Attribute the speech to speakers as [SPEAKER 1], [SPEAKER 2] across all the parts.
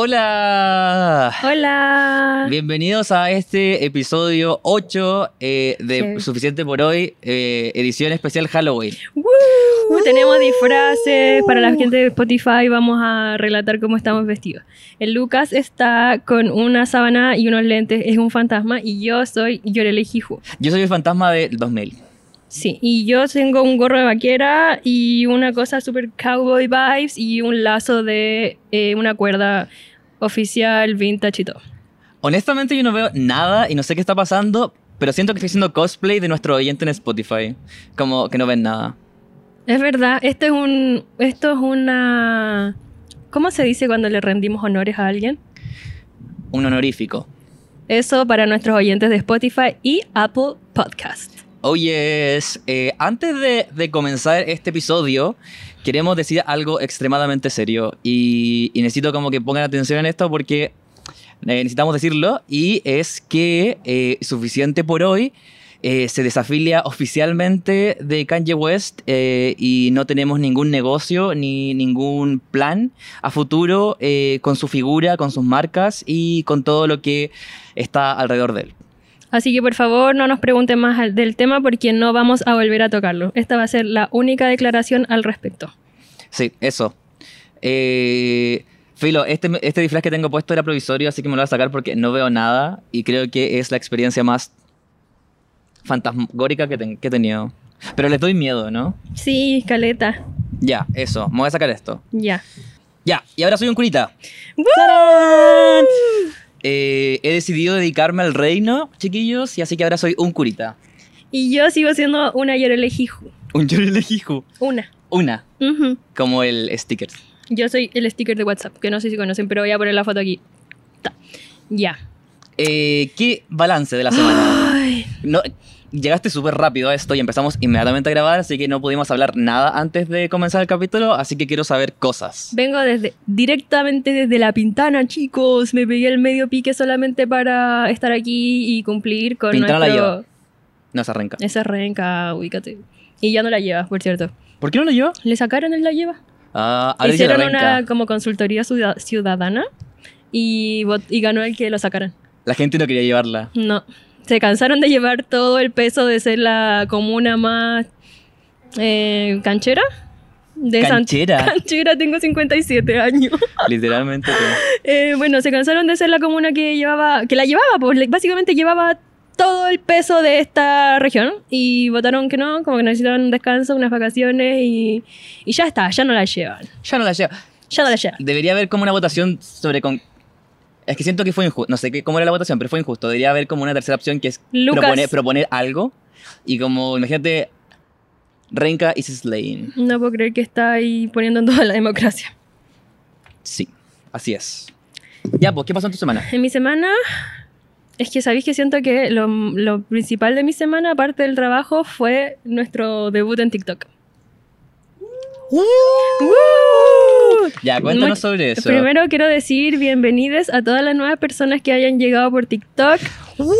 [SPEAKER 1] Hola.
[SPEAKER 2] Hola.
[SPEAKER 1] Bienvenidos a este episodio 8 eh, de
[SPEAKER 2] Sí.
[SPEAKER 1] Suficiente por Hoy, eh, edición especial Halloween.
[SPEAKER 2] Uh, tenemos disfraces para la gente de Spotify. Vamos a relatar cómo estamos vestidos. El Lucas está con una sábana y unos lentes. Es un fantasma. Y yo soy Yorele Hijo.
[SPEAKER 1] Yo soy el fantasma del 2000.
[SPEAKER 2] Sí. Y yo tengo un gorro de vaquera y una cosa super cowboy vibes y un lazo de eh, una cuerda oficial vintage y todo.
[SPEAKER 1] Honestamente yo no veo nada y no sé qué está pasando, pero siento que estoy haciendo cosplay de nuestro oyente en Spotify. Como que no ven nada.
[SPEAKER 2] Es verdad. Esto es un. Esto es una. ¿Cómo se dice cuando le rendimos honores a alguien?
[SPEAKER 1] Un honorífico.
[SPEAKER 2] Eso para nuestros oyentes de Spotify y Apple Podcast.
[SPEAKER 1] Oye, eh, antes de, de comenzar este episodio, queremos decir algo extremadamente serio y, y necesito como que pongan atención en esto porque eh, necesitamos decirlo y es que eh, suficiente por hoy. eh, se desafilia oficialmente de Kanye West eh, y no tenemos ningún negocio ni ningún plan a futuro eh, con su figura, con sus marcas y con todo lo que está alrededor de él.
[SPEAKER 2] Así que por favor no nos pregunten más al- del tema porque no vamos a volver a tocarlo. Esta va a ser la única declaración al respecto.
[SPEAKER 1] Sí, eso. Eh, Filo, este, este disfraz que tengo puesto era provisorio, así que me lo voy a sacar porque no veo nada y creo que es la experiencia más fantasmagórica que, ten- que he tenido. Pero les doy miedo, ¿no?
[SPEAKER 2] Sí, caleta.
[SPEAKER 1] Ya, eso. Me voy a sacar esto.
[SPEAKER 2] Ya.
[SPEAKER 1] Ya, y ahora soy un curita.
[SPEAKER 2] ¡Tarán!
[SPEAKER 1] Eh, he decidido dedicarme al reino, chiquillos, y así que ahora soy un curita.
[SPEAKER 2] Y yo sigo siendo una Yorele Hiju.
[SPEAKER 1] Un Yorilejiju.
[SPEAKER 2] Una.
[SPEAKER 1] Una,
[SPEAKER 2] Ujú.
[SPEAKER 1] como el sticker.
[SPEAKER 2] Yo soy el sticker de WhatsApp, que no sé si conocen, pero voy a poner la foto aquí. Ta. Ya.
[SPEAKER 1] Eh, ¿Qué balance de la semana?
[SPEAKER 2] Ay,
[SPEAKER 1] No, llegaste súper rápido a esto y empezamos inmediatamente a grabar, así que no pudimos hablar nada antes de comenzar el capítulo, así que quiero saber cosas.
[SPEAKER 2] Vengo desde, directamente desde La Pintana, chicos. Me pegué el medio pique solamente para estar aquí y cumplir con
[SPEAKER 1] Pintana la
[SPEAKER 2] nuestro...
[SPEAKER 1] lleva. No se arranca.
[SPEAKER 2] Esa renca, ubícate. Y ya no la llevas, por cierto.
[SPEAKER 1] ¿Por qué no lo llevo?
[SPEAKER 2] Le sacaron el la lleva.
[SPEAKER 1] Ah, ahora dice la
[SPEAKER 2] Hicieron
[SPEAKER 1] arranca.
[SPEAKER 2] una como consultoría ciuda- ciudadana y, vot- y ganó el que lo sacaran.
[SPEAKER 1] La gente no quería llevarla.
[SPEAKER 2] No. Se cansaron de llevar todo el peso de ser la comuna más eh, canchera. De San-
[SPEAKER 1] Canchera,
[SPEAKER 2] Canchera, tengo 57 años.
[SPEAKER 1] literalmente. sí.
[SPEAKER 2] Eh, bueno, se cansaron de ser la comuna que llevaba, que la llevaba, pues le- básicamente llevaba todo el peso de esta región y votaron que no, como que necesitaban un descanso, unas vacaciones y, y ya está, ya no la llevan,
[SPEAKER 1] Ya no la llevo.
[SPEAKER 2] ya no la llevan.
[SPEAKER 1] Debería haber como una votación sobre con... Es que siento que fue injusto. No sé qué- cómo era la votación, pero fue injusto. Debería haber como una tercera opción que es
[SPEAKER 2] Lucas.
[SPEAKER 1] proponer, proponer algo. Y como, imagínate, Renka is slain.
[SPEAKER 2] No puedo creer que está ahí poniendo en toda la democracia.
[SPEAKER 1] Sí, así es. Ya, pues, ¿qué pasó en tu semana?
[SPEAKER 2] En mi semana, es que sabéis que siento que lo, lo principal de mi semana, aparte del trabajo, fue nuestro debut en TikTok. ¡Woo!
[SPEAKER 1] ¡Uh! Ya, cuéntanos
[SPEAKER 2] Much-
[SPEAKER 1] sobre eso.
[SPEAKER 2] Primero quiero decir bienvenidos a todas las nuevas personas que hayan llegado por TikTok,
[SPEAKER 1] ¡Uh!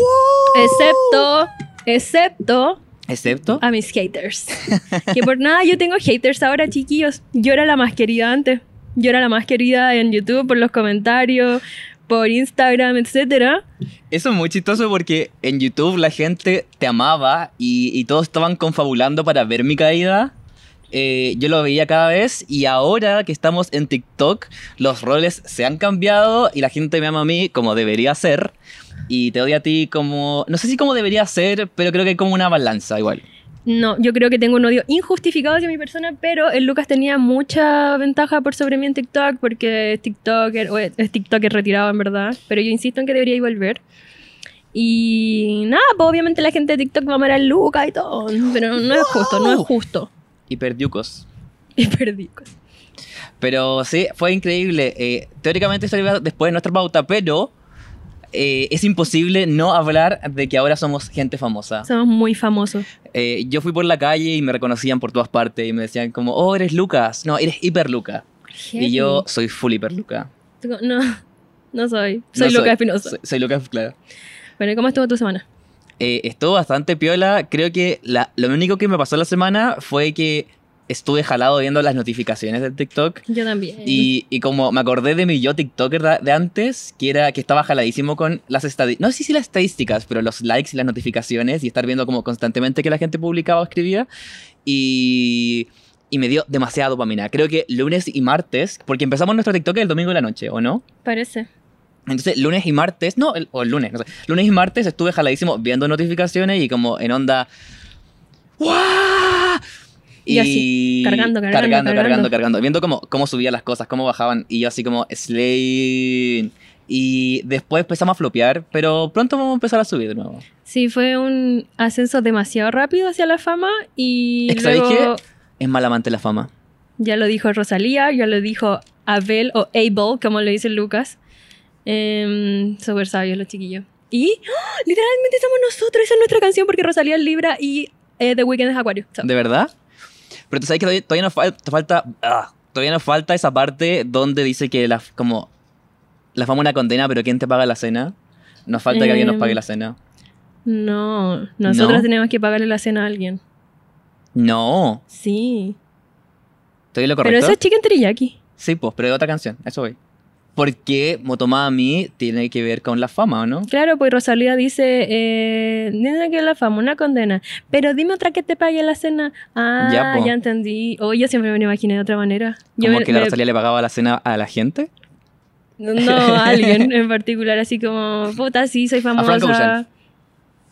[SPEAKER 2] excepto, excepto
[SPEAKER 1] Excepto.
[SPEAKER 2] a mis haters. que por nada yo tengo haters ahora, chiquillos. Yo era la más querida antes. Yo era la más querida en YouTube por los comentarios, por Instagram, etcétera.
[SPEAKER 1] Eso es muy chistoso porque en YouTube la gente te amaba y, y todos estaban confabulando para ver mi caída. Eh, yo lo veía cada vez y ahora que estamos en TikTok, los roles se han cambiado y la gente me ama a mí como debería ser. Y te odia a ti como. No sé si como debería ser, pero creo que hay como una balanza igual.
[SPEAKER 2] No, yo creo que tengo un odio injustificado hacia mi persona, pero el Lucas tenía mucha ventaja por sobre mí en TikTok porque es TikToker, o es es TikToker retirado en verdad, pero yo insisto en que debería ir volver. Y nada, pues obviamente la gente de TikTok va a amar al Lucas y todo, pero no es justo, no es justo.
[SPEAKER 1] Y perdiucos.
[SPEAKER 2] Y perdí. cosas.
[SPEAKER 1] Pero sí, fue increíble. Eh, teóricamente esto iba después de nuestra pauta, pero eh, es imposible no hablar de que ahora somos gente famosa.
[SPEAKER 2] Somos muy famosos.
[SPEAKER 1] Eh, yo fui por la calle y me reconocían por todas partes y me decían como, oh, eres Lucas. No, eres hiper Luca. Y yo soy full hiper Luca.
[SPEAKER 2] No, no soy. Soy
[SPEAKER 1] No
[SPEAKER 2] Lucas Espinosa.
[SPEAKER 1] Soy, soy Lucas, claro.
[SPEAKER 2] Bueno, ¿y ¿cómo estuvo tu semana?
[SPEAKER 1] Eh, estuvo bastante piola. Creo que la- lo único que me pasó la semana fue que estuve jalado viendo las notificaciones de TikTok.
[SPEAKER 2] Yo también.
[SPEAKER 1] Y, y como me acordé de mi yo TikToker da- de antes, que era que estaba jaladísimo con las estadísticas, no sé si las estadísticas, pero los likes y las notificaciones y estar viendo como constantemente que la gente publicaba o escribía. Y, y me dio demasiada dopamina. Creo que lunes y martes, porque empezamos nuestro TikTok el domingo de la noche, ¿o no?
[SPEAKER 2] Parece.
[SPEAKER 1] Entonces, lunes y martes, no, el- o el lunes, no sé. Lunes y martes estuve jaladísimo viendo notificaciones y como en onda. ¡guau!
[SPEAKER 2] Y así, cargando, cargando,
[SPEAKER 1] cargando,
[SPEAKER 2] cargando.
[SPEAKER 1] cargando, cargando, viendo cómo, cómo subían las cosas, cómo bajaban, y yo así como, Slay. Y después empezamos a flopear, pero pronto vamos a empezar a subir de nuevo.
[SPEAKER 2] Sí, fue un ascenso demasiado rápido hacia la fama y
[SPEAKER 1] Es que, ¿sabéis
[SPEAKER 2] luego
[SPEAKER 1] Es mal amante la fama.
[SPEAKER 2] ya lo dijo Rosalía, ya lo dijo Abel o Abel, como le dice Lucas. Em, Súper sabios los chiquillos. Y ¡ah! literalmente somos nosotros, esa es nuestra canción porque Rosalía es Libra y eh, The Weeknd es Acuario. So,
[SPEAKER 1] ¿De verdad? Pero tú sabes que todavía, todavía nos fal- te falta. ah, todavía nos falta esa parte donde dice que la, como, la fama es una condena, pero ¿quién te paga la cena? Nos falta que alguien nos
[SPEAKER 2] Em.
[SPEAKER 1] pague la cena.
[SPEAKER 2] no, nosotros
[SPEAKER 1] No.
[SPEAKER 2] tenemos que pagarle la cena a alguien.
[SPEAKER 1] No,
[SPEAKER 2] Sí.
[SPEAKER 1] estoy en lo
[SPEAKER 2] Pero
[SPEAKER 1] correcto.
[SPEAKER 2] eso es Chicken Teriyaki.
[SPEAKER 1] Sí, pues, pero de otra canción, a eso voy. Porque Motomami tiene que ver con la fama, ¿o no?
[SPEAKER 2] Claro, pues Rosalía dice, eh, dime que la fama, una condena, pero dime otra que te pague la cena. Ah,
[SPEAKER 1] Ya,
[SPEAKER 2] ya,
[SPEAKER 1] po.
[SPEAKER 2] entendí. O yo siempre me lo imaginé de otra manera. Yo
[SPEAKER 1] Como
[SPEAKER 2] me-
[SPEAKER 1] que la
[SPEAKER 2] me-
[SPEAKER 1] Rosalía le pagaba la cena a la gente.
[SPEAKER 2] No, a alguien en particular, así como, puta, sí, soy
[SPEAKER 1] Frank Ocean.
[SPEAKER 2] famosa.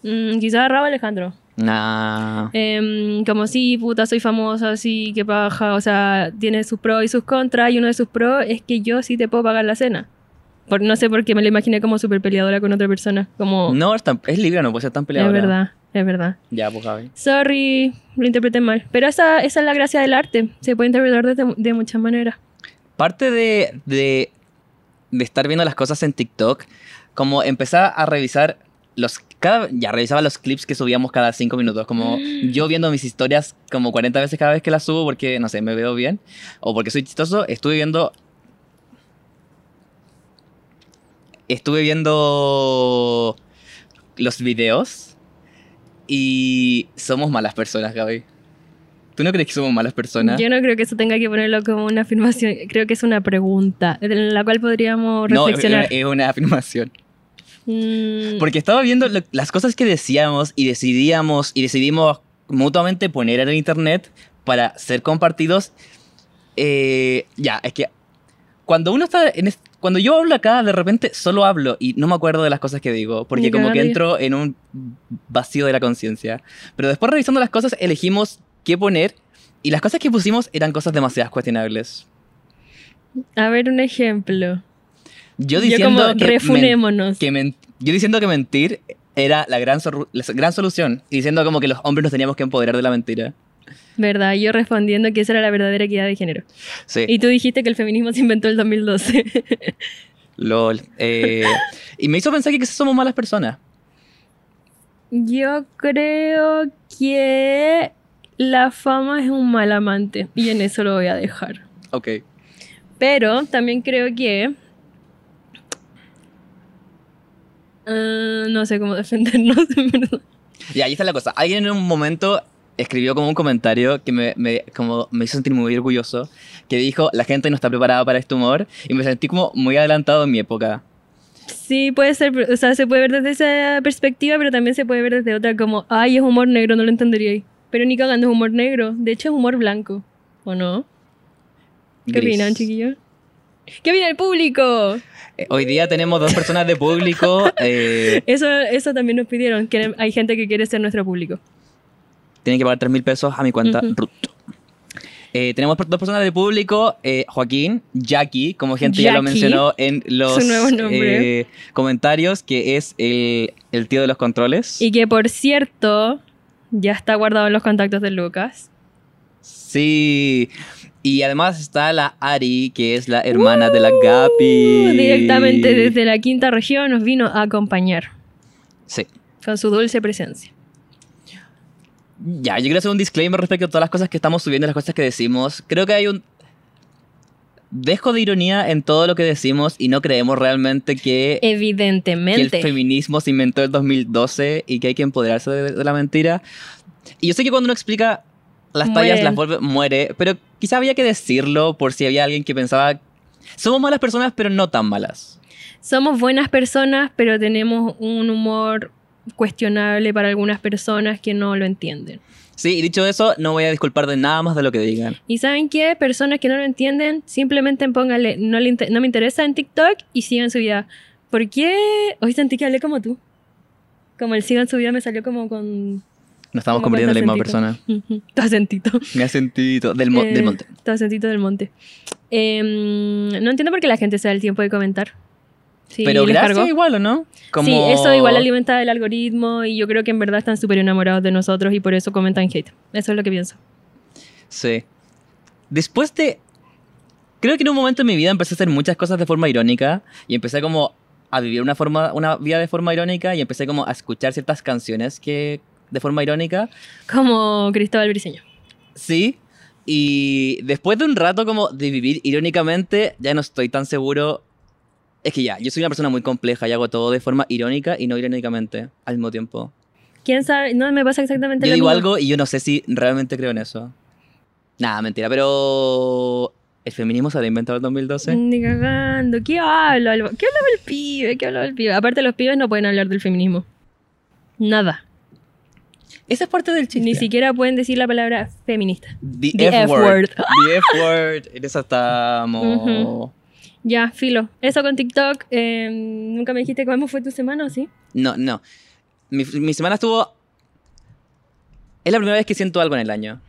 [SPEAKER 2] Mm, quizás a Rauw Alejandro.
[SPEAKER 1] Nah.
[SPEAKER 2] Em, como, sí, puta, soy famosa, sí, qué paja. O sea, tiene sus pros y sus contras, y uno de sus pros es que yo sí te puedo pagar la cena. Por, no sé por qué me la imaginé como súper peleadora con otra persona. Como,
[SPEAKER 1] No, es, tan- es libre, no puede ser tan
[SPEAKER 2] Oh. es
[SPEAKER 1] peleadora.
[SPEAKER 2] verdad, es verdad.
[SPEAKER 1] Ya, pues, Gaby.
[SPEAKER 2] Sorry, lo interpreté mal. Pero esa, esa es la gracia del arte. Se puede interpretar de, de muchas maneras.
[SPEAKER 1] parte de, de, de estar viendo las cosas en TikTok, como empezaba a revisar los... Cada, ya revisaba los clips que subíamos cada cinco minutos, como
[SPEAKER 2] Mm.
[SPEAKER 1] yo viendo mis historias como 40 veces cada vez que las subo porque, no sé, me veo bien o porque soy chistoso, estuve viendo... Estuve viendo los videos y somos malas personas, Gaby. ¿Tú no crees que somos malas personas?
[SPEAKER 2] Yo no creo que eso tenga que ponerlo como una afirmación. Creo que es una pregunta en la cual podríamos
[SPEAKER 1] no, eh, es una-
[SPEAKER 2] reflexionar.
[SPEAKER 1] es una afirmación.
[SPEAKER 2] Mm,
[SPEAKER 1] Porque estaba viendo lo- las cosas que decíamos y decidíamos y decidimos mutuamente poner en el internet para ser compartidos. Eh, ya, es que cuando uno está en es- cuando yo hablo acá, de repente solo hablo y no me acuerdo de las cosas que digo,
[SPEAKER 2] Ni
[SPEAKER 1] porque como que
[SPEAKER 2] cagando.
[SPEAKER 1] entro en un vacío de la conciencia. Pero después revisando las cosas, elegimos qué poner y las cosas que pusimos eran cosas demasiado cuestionables.
[SPEAKER 2] a ver, un ejemplo.
[SPEAKER 1] Yo diciendo
[SPEAKER 2] como,
[SPEAKER 1] que men-
[SPEAKER 2] refunémonos.
[SPEAKER 1] que men- yo diciendo que mentir era la gran, sorru- la so- gran solución, y diciendo como que los hombres nos teníamos que empoderar de la mentira.
[SPEAKER 2] ¿Verdad? Yo respondiendo que esa era la verdadera equidad de género.
[SPEAKER 1] Sí,
[SPEAKER 2] Y tú dijiste que el feminismo se inventó en el 2012.
[SPEAKER 1] lol. Eh, y me hizo pensar que quizás somos malas personas.
[SPEAKER 2] Yo creo que la fama es un mal amante. Y en eso lo voy a dejar.
[SPEAKER 1] Ok.
[SPEAKER 2] Pero también creo que. Ah, no sé cómo defendernos, en verdad.
[SPEAKER 1] Y ahí está la cosa. Alguien en un momento escribió como un comentario que me, me- como me hizo sentir muy orgulloso, que dijo, la gente no está preparada para este humor, y me sentí como muy adelantado en mi época.
[SPEAKER 2] Sí, puede ser. pero- O sea, se puede ver desde esa perspectiva, pero también se puede ver desde otra, como, ay, es humor negro, no lo entendería. Pero ni cagando es humor negro. De hecho, es humor blanco. ¿O no? ¿Qué
[SPEAKER 1] Gris.
[SPEAKER 2] opinan, chiquillos? ¿Qué opina el público?
[SPEAKER 1] Eh, Hoy día tenemos dos personas de público. eh,
[SPEAKER 2] Eso, eso también nos pidieron. que hay gente que quiere ser nuestro público.
[SPEAKER 1] Tienen que pagar 3 mil pesos a mi cuenta
[SPEAKER 2] Ujú.
[SPEAKER 1] RUT. Eh, tenemos per- dos personas de público, eh, Joaquín, Jackie, como gente ya lo
[SPEAKER 2] Jackie,
[SPEAKER 1] mencionó en los
[SPEAKER 2] su nuevo nombre.
[SPEAKER 1] eh, comentarios, que es el, el tío de los controles.
[SPEAKER 2] Y que, por cierto, ya está guardado en los contactos de Lucas.
[SPEAKER 1] Sí. Y además está la Ari, que es la hermana de la Gapi.
[SPEAKER 2] Uh, Directamente desde la quinta región nos vino a acompañar
[SPEAKER 1] Sí.
[SPEAKER 2] con su dulce presencia.
[SPEAKER 1] Ya, yo quiero hacer un disclaimer respecto a todas las cosas que estamos subiendo y las cosas que decimos. Creo que hay un dejo de ironía en todo lo que decimos y no creemos realmente que que el
[SPEAKER 2] Evidentemente.
[SPEAKER 1] feminismo se inventó en el 2012 y que hay que empoderarse de, de la mentira. Y yo sé que cuando uno explica las
[SPEAKER 2] Mueren.
[SPEAKER 1] tallas las vuelve, muere, pero quizá había que decirlo por si había alguien que pensaba, somos malas personas, pero no tan malas.
[SPEAKER 2] Somos buenas personas, pero tenemos un humor cuestionable para algunas personas que no lo entienden.
[SPEAKER 1] Sí, y dicho eso, no voy a disculpar de nada más de lo que digan.
[SPEAKER 2] ¿Y saben qué? Personas que no lo entienden, simplemente pónganle no, le inte- no me interesa en TikTok y sigan su vida. ¿Por qué hoy sentí que hablé como tú? Como el sigan su vida me salió como con...
[SPEAKER 1] Nos estamos
[SPEAKER 2] como con
[SPEAKER 1] convirtiendo en la misma
[SPEAKER 2] acentito.
[SPEAKER 1] persona.
[SPEAKER 2] Ujú, Tu acentito.
[SPEAKER 1] Me ha sentido del, mo-
[SPEAKER 2] Eh,
[SPEAKER 1] del monte.
[SPEAKER 2] Tu acentito del monte. Em, no entiendo por qué la gente se da el tiempo de comentar. Sí,
[SPEAKER 1] pero
[SPEAKER 2] les
[SPEAKER 1] gracias
[SPEAKER 2] cargó.
[SPEAKER 1] igual, ¿o no? Como...
[SPEAKER 2] Sí, eso igual alimenta el algoritmo y yo creo que en verdad están súper enamorados de nosotros y por eso comentan hate. Eso es lo que pienso.
[SPEAKER 1] Sí. Después de... Creo que en un momento de mi vida empecé a hacer muchas cosas de forma irónica y empecé como a vivir una, forma, una vida de forma irónica y empecé como a escuchar ciertas canciones que de forma irónica.
[SPEAKER 2] Como Cristóbal Briseño.
[SPEAKER 1] Sí. Y después de un rato como de vivir irónicamente, ya no estoy tan seguro. Es que ya, yo soy una persona muy compleja y hago todo de forma irónica y no irónicamente al mismo tiempo.
[SPEAKER 2] ¿Quién sabe? No, me pasa exactamente
[SPEAKER 1] Yo
[SPEAKER 2] lo
[SPEAKER 1] digo
[SPEAKER 2] mismo.
[SPEAKER 1] algo y yo no sé si realmente creo en eso. Nada, mentira, pero... ¿El feminismo se había inventado en 2012?
[SPEAKER 2] Ni cagando. ¿Qué hablo? Alba? ¿Qué hablaba el pibe? ¿Qué hablaba el pibe? Aparte, los pibes no pueden hablar del feminismo. Nada.
[SPEAKER 1] Esa es parte del chiste.
[SPEAKER 2] Ni siquiera pueden decir la palabra feminista.
[SPEAKER 1] The,
[SPEAKER 2] The
[SPEAKER 1] F-word.
[SPEAKER 2] F-word.
[SPEAKER 1] The F-word. En esa estamos.
[SPEAKER 2] Ujú. Ya, filo. Eso con TikTok. eh, Nunca me dijiste cómo fue tu semana, ¿o ¿sí?
[SPEAKER 1] No, no. Mi, mi semana estuvo... Es la primera vez que siento algo en el año.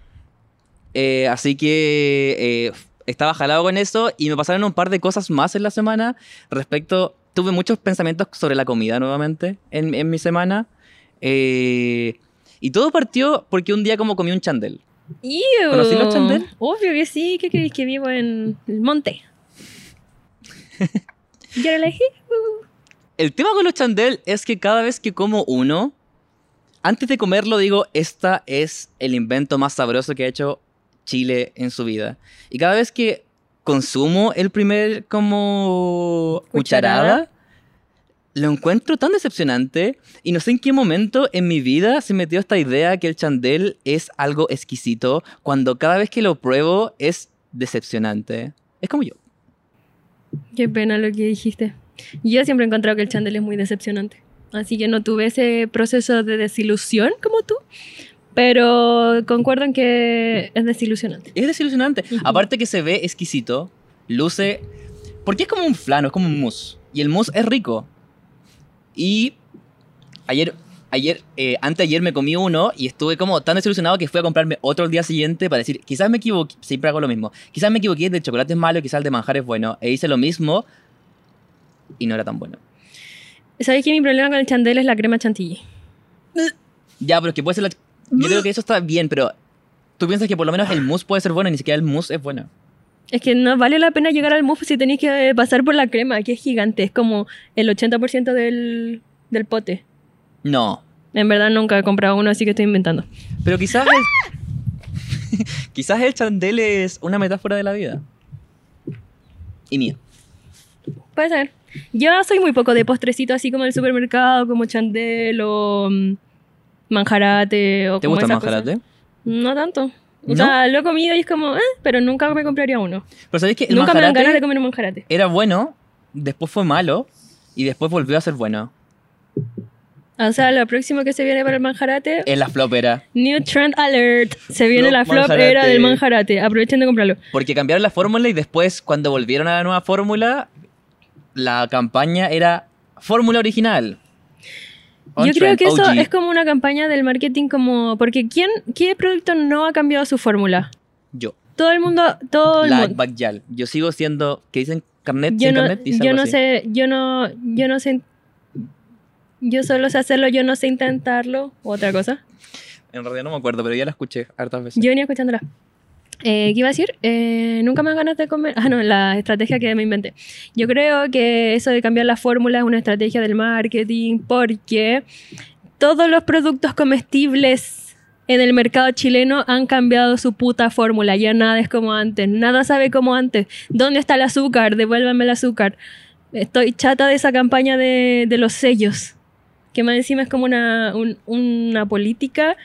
[SPEAKER 1] Eh, así que eh, estaba jalado con eso y me pasaron un par de cosas más en la semana respecto... Tuve muchos pensamientos sobre la comida nuevamente en, en mi semana. Eh, y todo partió porque un día como comí un chandel.
[SPEAKER 2] ¡Ew!
[SPEAKER 1] ¿Conocí los Chandel?
[SPEAKER 2] Obvio que sí. ¿Qué crees que vivo en el monte? Yo lo elegí.
[SPEAKER 1] El tema con los chandel es que cada vez que como uno, antes de comerlo digo, esta es el invento más sabroso que ha hecho Chile en su vida. Y cada vez que consumo el primer como cucharada,
[SPEAKER 2] Cucharada.
[SPEAKER 1] lo encuentro tan decepcionante y no sé en qué momento en mi vida se metió esta idea que el chandel es algo exquisito cuando cada vez que lo pruebo es decepcionante. Es como yo.
[SPEAKER 2] Qué pena lo que dijiste. Yo siempre he encontrado que el chandel es muy decepcionante. Así que no tuve ese proceso de desilusión como tú. Pero concuerdo en que es desilusionante.
[SPEAKER 1] Es desilusionante.
[SPEAKER 2] Ujú.
[SPEAKER 1] Aparte que se ve exquisito, luce... Porque es como un flano, es como un mousse. Y el mousse es rico. Y ayer, ayer, eh, anteayer me comí uno y estuve como tan desilusionado que fui a comprarme otro el día siguiente para decir, quizás me equivoqué, siempre hago lo mismo, quizás me equivoqué, el de chocolate es malo, quizás el de manjar es bueno. E hice lo mismo y no era tan bueno.
[SPEAKER 2] ¿Sabes que mi problema con el chandel es la crema chantilly?
[SPEAKER 1] Ya, pero es que puede ser la... Yo creo que eso está bien, pero tú piensas que por lo menos el mousse puede ser bueno y ni siquiera el mousse es bueno.
[SPEAKER 2] Es que no vale la pena llegar al mousse si tenéis que eh, pasar por la crema, que es gigante. Es como el 80% del, del pote.
[SPEAKER 1] No,
[SPEAKER 2] En verdad nunca he comprado uno, así que estoy inventando.
[SPEAKER 1] Pero quizás el, quizás el chandel es una metáfora de la vida. Y mía.
[SPEAKER 2] Puede ser. Yo soy muy poco de postrecito, así como en el supermercado, como chandel o mm, manjarate. O
[SPEAKER 1] ¿Te
[SPEAKER 2] como
[SPEAKER 1] gusta el
[SPEAKER 2] esas cosas.
[SPEAKER 1] manjarate?
[SPEAKER 2] No tanto. O
[SPEAKER 1] ¿No?
[SPEAKER 2] sea, lo he comido y es como, eh, pero nunca me compraría uno.
[SPEAKER 1] Pero sabéis que el
[SPEAKER 2] nunca me dan
[SPEAKER 1] manjarate
[SPEAKER 2] ganas de comer un manjarate.
[SPEAKER 1] era bueno, después fue malo y después volvió a ser bueno.
[SPEAKER 2] O sea, lo próximo que se viene para el manjarate,
[SPEAKER 1] En la flopera.
[SPEAKER 2] New Trend Alert. Se viene
[SPEAKER 1] Flop
[SPEAKER 2] la flop
[SPEAKER 1] manjarate.
[SPEAKER 2] era del manjarate. Aprovechen de comprarlo.
[SPEAKER 1] Porque cambiaron la fórmula y después, cuando volvieron a la nueva fórmula, la campaña era fórmula original. On
[SPEAKER 2] Yo creo
[SPEAKER 1] trend,
[SPEAKER 2] que eso
[SPEAKER 1] OG.
[SPEAKER 2] es como una campaña del marketing como... Porque ¿quién, ¿qué producto no ha cambiado su fórmula?
[SPEAKER 1] Yo,
[SPEAKER 2] Todo el mundo... Todo el
[SPEAKER 1] la
[SPEAKER 2] mundo.
[SPEAKER 1] Bagyal. Yo sigo siendo. ¿Qué dicen? Carnet,
[SPEAKER 2] Yo
[SPEAKER 1] sin
[SPEAKER 2] no,
[SPEAKER 1] carnet, dice
[SPEAKER 2] yo
[SPEAKER 1] algo
[SPEAKER 2] no
[SPEAKER 1] así.
[SPEAKER 2] sé... Yo no... Yo no sé... Yo solo sé hacerlo, yo no sé intentarlo. Otra cosa.
[SPEAKER 1] En realidad no me acuerdo, pero ya la escuché hartas veces.
[SPEAKER 2] Yo venía escuchándola. Eh, ¿Qué iba a decir? Eh, nunca más ganas de comer. Ah, no, la estrategia que me inventé. Yo creo que eso de cambiar la fórmula es una estrategia del marketing porque todos los productos comestibles en el mercado chileno han cambiado su puta fórmula. Ya nada es como antes. Nada sabe como antes. ¿Dónde está el azúcar? Devuélvame el azúcar. Estoy chata de esa campaña de, de los sellos. Que más encima es como una, un- una política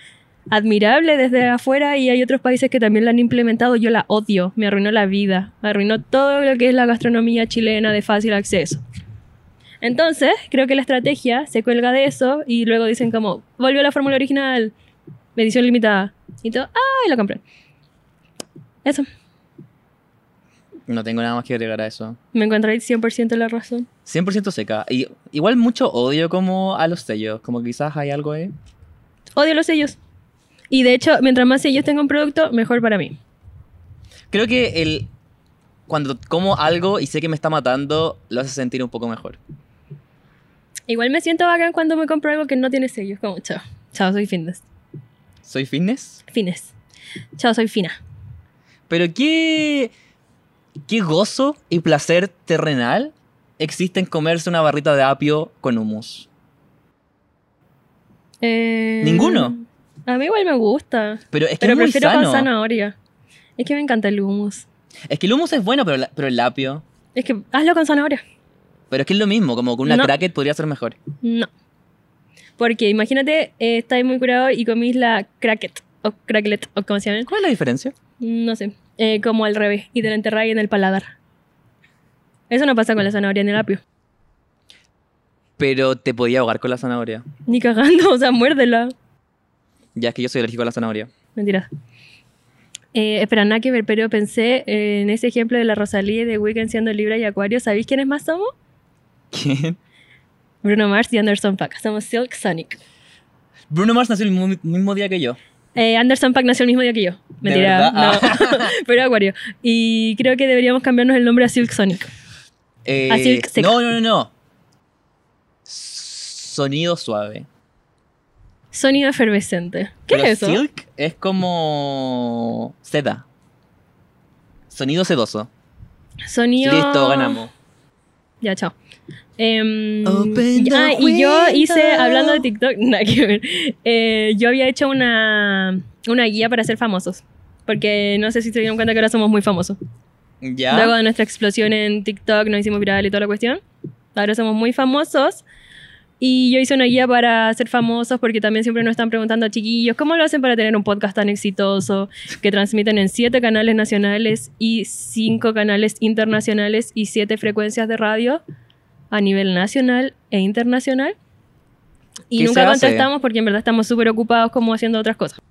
[SPEAKER 2] admirable desde afuera y hay otros países que también la han implementado. Yo la odio, me arruinó la vida, me arruinó todo lo que es la gastronomía chilena de fácil acceso. Entonces, creo que la estrategia se cuelga de eso y luego dicen como, volvió la fórmula original, edición limitada. Y todo, ¡ay, lo compré! Eso,
[SPEAKER 1] No tengo nada más que agregar a eso.
[SPEAKER 2] me encontráis 100% la razón.
[SPEAKER 1] 100% seca. Y, igual mucho odio como a los sellos. Como que quizás hay algo ahí.
[SPEAKER 2] Odio los sellos. Y de hecho, mientras más sellos tenga un producto, mejor para mí.
[SPEAKER 1] Creo que el... Cuando como algo y sé que me está matando, lo hace sentir un poco mejor.
[SPEAKER 2] Igual me siento bacán cuando me compro algo que no tiene sellos. Como, chao, chao, soy fitness.
[SPEAKER 1] ¿Soy fitness?
[SPEAKER 2] Fines. Chao, soy fina.
[SPEAKER 1] Pero qué. qué gozo y placer terrenal existe en comerse una barrita de apio con hummus.
[SPEAKER 2] Eh,
[SPEAKER 1] Ninguno.
[SPEAKER 2] A mí igual me gusta.
[SPEAKER 1] Pero es que
[SPEAKER 2] Pero
[SPEAKER 1] es muy
[SPEAKER 2] prefiero
[SPEAKER 1] sano.
[SPEAKER 2] con zanahoria. Es que me encanta el hummus.
[SPEAKER 1] Es que el hummus es bueno, pero, la- pero el apio.
[SPEAKER 2] Es que hazlo con zanahoria.
[SPEAKER 1] Pero es que es lo mismo, como con una
[SPEAKER 2] No.
[SPEAKER 1] cracket podría ser mejor.
[SPEAKER 2] No. Porque imagínate, eh, estáis muy curado y comís la cracket o cracklet o como se llama.
[SPEAKER 1] ¿Cuál es la diferencia?
[SPEAKER 2] No sé. eh, como al revés y te la enterráis en el paladar. Eso no pasa con la zanahoria en el apio.
[SPEAKER 1] Pero te podía ahogar con la zanahoria.
[SPEAKER 2] Ni cagando, o sea, muérdela.
[SPEAKER 1] Ya es que yo soy alérgico a la zanahoria.
[SPEAKER 2] Mentira. Eh, espera, nada que ver, pero pensé eh, en ese ejemplo de la Rosalía y de Weekend siendo Libra y Acuario. ¿Sabéis quiénes más somos?
[SPEAKER 1] ¿Quién?
[SPEAKER 2] Bruno Mars y Anderson Pack. Somos Silk Sonic.
[SPEAKER 1] Bruno Mars nació el mu- mismo día que yo.
[SPEAKER 2] Eh, Anderson Pack nació el mismo día que yo.
[SPEAKER 1] ¿De
[SPEAKER 2] Mentira,
[SPEAKER 1] verdad? Ah.
[SPEAKER 2] no. pero Acuario. Y creo que deberíamos cambiarnos el nombre a Silk Sonic.
[SPEAKER 1] Eh,
[SPEAKER 2] Así que seca.
[SPEAKER 1] no, no, no, no. Sonido suave.
[SPEAKER 2] Sonido efervescente. ¿Qué
[SPEAKER 1] Pero
[SPEAKER 2] es eso?
[SPEAKER 1] Silk es como seda. Sonido sedoso.
[SPEAKER 2] Sonido.
[SPEAKER 1] Listo, ganamos.
[SPEAKER 2] Ya, chao. Em,
[SPEAKER 1] Open
[SPEAKER 2] y-
[SPEAKER 1] the
[SPEAKER 2] ah, y yo hice,
[SPEAKER 1] window.
[SPEAKER 2] hablando de TikTok, nada que ver, eh, yo había hecho una, una guía para ser famosos. Porque no sé si se dieron cuenta que ahora somos muy famosos.
[SPEAKER 1] Ya.
[SPEAKER 2] Luego de nuestra explosión en TikTok, nos hicimos viral y toda la cuestión. Ahora somos muy famosos. Y yo hice una guía para ser famosos porque también siempre nos están preguntando, chiquillos, ¿cómo lo hacen para tener un podcast tan exitoso que transmiten en siete canales nacionales y cinco canales internacionales y siete frecuencias de radio a nivel nacional e internacional? Y
[SPEAKER 1] ¿Qué se
[SPEAKER 2] nunca
[SPEAKER 1] hace?
[SPEAKER 2] contestamos porque en verdad estamos súper ocupados como haciendo otras cosas.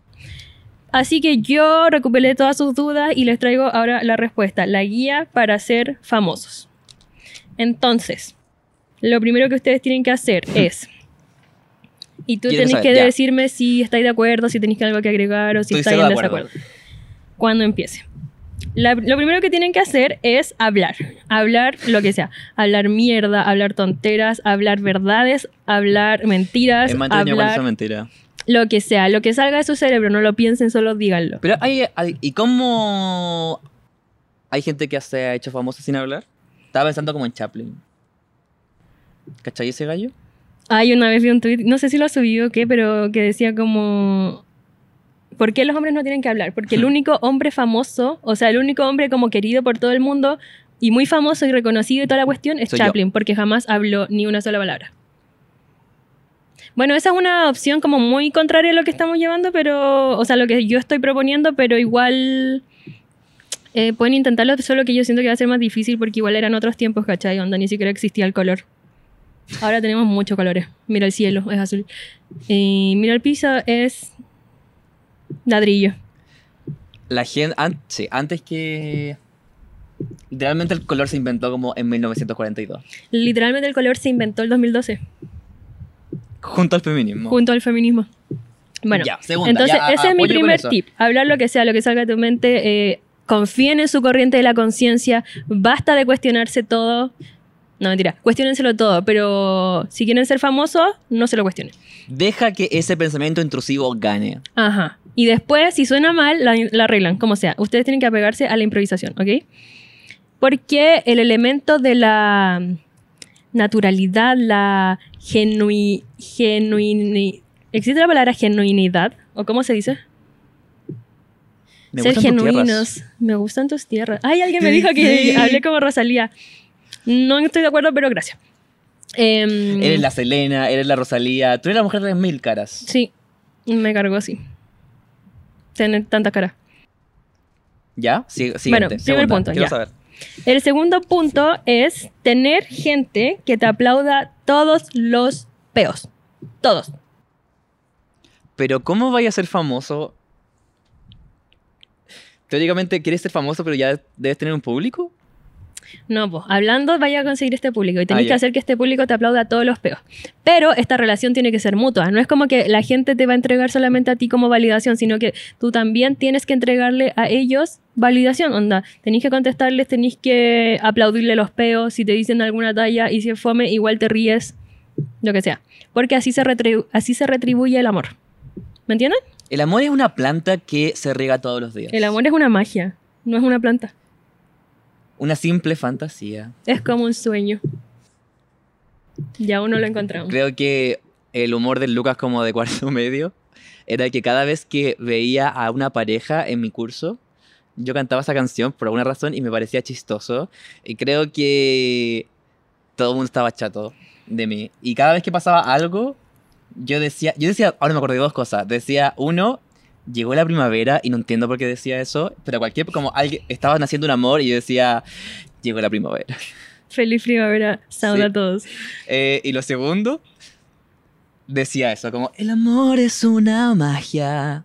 [SPEAKER 2] Así que yo recuperé todas sus dudas y les traigo ahora la respuesta, la guía para ser famosos. Entonces, lo primero que ustedes tienen que hacer es... Y tú
[SPEAKER 1] Hmm. Quiero
[SPEAKER 2] tenés
[SPEAKER 1] saber,
[SPEAKER 2] que
[SPEAKER 1] ya.
[SPEAKER 2] decirme si estáis de acuerdo, si tenéis que algo que agregar o si
[SPEAKER 1] Estoy
[SPEAKER 2] estáis
[SPEAKER 1] cero
[SPEAKER 2] en
[SPEAKER 1] de acuerdo.
[SPEAKER 2] desacuerdo. Cuando empiece. La- lo primero que tienen que hacer es hablar. Hablar lo que sea. Hablar mierda, hablar tonteras, hablar verdades, hablar mentiras,
[SPEAKER 1] He mantenido con esa
[SPEAKER 2] hablar
[SPEAKER 1] mentira.
[SPEAKER 2] lo que sea. Lo que salga de su cerebro, no lo piensen, solo díganlo.
[SPEAKER 1] Pero hay, hay- ¿Y cómo hay gente que se ha hecho famosa sin hablar? Estaba pensando como en Chaplin. ¿Cachai ese gallo?
[SPEAKER 2] Ay, una vez vi un tweet, no sé si lo subí o qué, pero que decía como... ¿Por qué los hombres no tienen que hablar? Porque
[SPEAKER 1] Hmm.
[SPEAKER 2] el único hombre famoso, o sea, el único hombre como querido por todo el mundo y muy famoso y reconocido y toda la cuestión es
[SPEAKER 1] Soy yo.
[SPEAKER 2] Chaplin, porque jamás habló ni una sola palabra. Bueno, esa es una opción como muy contraria a lo que estamos llevando, pero, o sea, lo que yo estoy proponiendo, pero igual eh, pueden intentarlo, solo que yo siento que va a ser más difícil porque igual eran otros tiempos, ¿cachai? Onda, ni siquiera existía el color. Ahora tenemos muchos colores. Mira el cielo, es azul. Y mira el piso, es ladrillo.
[SPEAKER 1] La gente. an- sí, antes que. Literalmente el color se inventó como en 1942.
[SPEAKER 2] Literalmente el color se inventó el 2012,
[SPEAKER 1] Junto al feminismo.
[SPEAKER 2] junto al feminismo. Bueno,
[SPEAKER 1] Ya, segunda,
[SPEAKER 2] entonces
[SPEAKER 1] ya, a-
[SPEAKER 2] ese es
[SPEAKER 1] apoyo
[SPEAKER 2] mi
[SPEAKER 1] con
[SPEAKER 2] primer
[SPEAKER 1] eso.
[SPEAKER 2] tip. Hablar lo que sea, lo que salga de tu mente. eh, confíen en su corriente de la conciencia. Basta de cuestionarse todo. No, mentira. Cuestiónenselo todo, pero si quieren ser famosos, no se lo cuestionen.
[SPEAKER 1] Deja que ese pensamiento intrusivo gane.
[SPEAKER 2] Ajá. Y después, si suena mal, la, la arreglan, como sea. Ustedes tienen que apegarse a la improvisación, ¿ok? Porque el elemento de la naturalidad, la genui... genui ¿Existe la palabra genuinidad? ¿O cómo se dice?
[SPEAKER 1] Me
[SPEAKER 2] Ser
[SPEAKER 1] gustan tus tierras.
[SPEAKER 2] genuinos. Me gustan tus tierras. Ay, alguien me dijo
[SPEAKER 1] Sí.
[SPEAKER 2] que hablé como Rosalía. No estoy de acuerdo, pero gracias. Em,
[SPEAKER 1] Eres la Selena, eres la Rosalía. Tú eres la mujer de las mil caras.
[SPEAKER 2] Sí, me cargó así. tener tantas caras.
[SPEAKER 1] ¿Ya? Sí, siguiente.
[SPEAKER 2] Bueno, primer
[SPEAKER 1] segunda.
[SPEAKER 2] punto,
[SPEAKER 1] Quiero
[SPEAKER 2] ya.
[SPEAKER 1] saber.
[SPEAKER 2] El segundo punto es tener gente que te aplauda todos los peos. Todos.
[SPEAKER 1] Pero ¿cómo vaya a ser famoso? Teóricamente quieres ser famoso, pero ya debes tener un público.
[SPEAKER 2] No, pues hablando vaya a conseguir este público y
[SPEAKER 1] Ah,
[SPEAKER 2] tenés
[SPEAKER 1] ya.
[SPEAKER 2] que hacer que este público te aplauda a todos los peos. Pero esta relación tiene que ser mutua. No es como que la gente te va a entregar solamente a ti como validación, sino que tú también tienes que entregarle a ellos validación. Onda, tenés que contestarles, tenés que aplaudirle los peos. Si te dicen alguna talla y si es fome, igual te ríes, lo que sea. Porque así se, retribu- así se retribuye el amor. ¿Me entiendes?
[SPEAKER 1] El amor es una planta que se riega todos los días.
[SPEAKER 2] El amor es una magia, no es una planta.
[SPEAKER 1] Una simple fantasía.
[SPEAKER 2] Es como un sueño. Y aún no lo encontramos.
[SPEAKER 1] Creo que el humor del Lucas como de cuarto medio era que cada vez que veía a una pareja en mi curso, yo cantaba esa canción por alguna razón y me parecía chistoso. Y creo que todo el mundo estaba chato de mí. Y cada vez que pasaba algo, yo decía, yo decía, ahora me acordé de dos cosas. Decía, uno, llegó la primavera y no entiendo por qué decía eso, pero cualquier, como alguien, estaba naciendo un amor y yo decía, llegó la primavera.
[SPEAKER 2] Feliz primavera, saludos
[SPEAKER 1] Sí.
[SPEAKER 2] a todos.
[SPEAKER 1] Eh, y lo segundo, decía eso, como, el amor es una magia.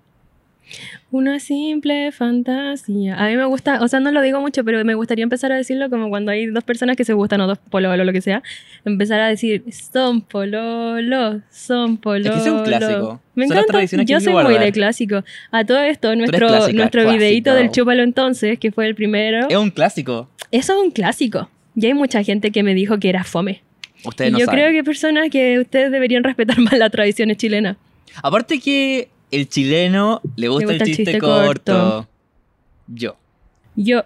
[SPEAKER 2] Una simple fantasía. A mí me gusta, o sea, no lo digo mucho, pero me gustaría empezar a decirlo como cuando hay dos personas que se gustan o dos pololos o lo que sea. Empezar a decir, son pololos, son
[SPEAKER 1] ese
[SPEAKER 2] pololos.
[SPEAKER 1] es un clásico.
[SPEAKER 2] Me
[SPEAKER 1] Son las
[SPEAKER 2] encanta.
[SPEAKER 1] tradiciones que
[SPEAKER 2] Yo
[SPEAKER 1] hay que
[SPEAKER 2] soy muy
[SPEAKER 1] guardar.
[SPEAKER 2] de clásico. A todo esto, nuestro,
[SPEAKER 1] clásica,
[SPEAKER 2] nuestro
[SPEAKER 1] clásica.
[SPEAKER 2] videíto del Chúpalo entonces, que fue el primero,
[SPEAKER 1] Es un clásico.
[SPEAKER 2] eso es un clásico. Y hay mucha gente que me dijo que era fome.
[SPEAKER 1] Ustedes
[SPEAKER 2] Y
[SPEAKER 1] no
[SPEAKER 2] yo
[SPEAKER 1] saben.
[SPEAKER 2] creo que hay personas que ustedes deberían respetar más las tradiciones chilenas.
[SPEAKER 1] Aparte que el chileno le gusta, el chiste, corto. Yo.
[SPEAKER 2] Yo.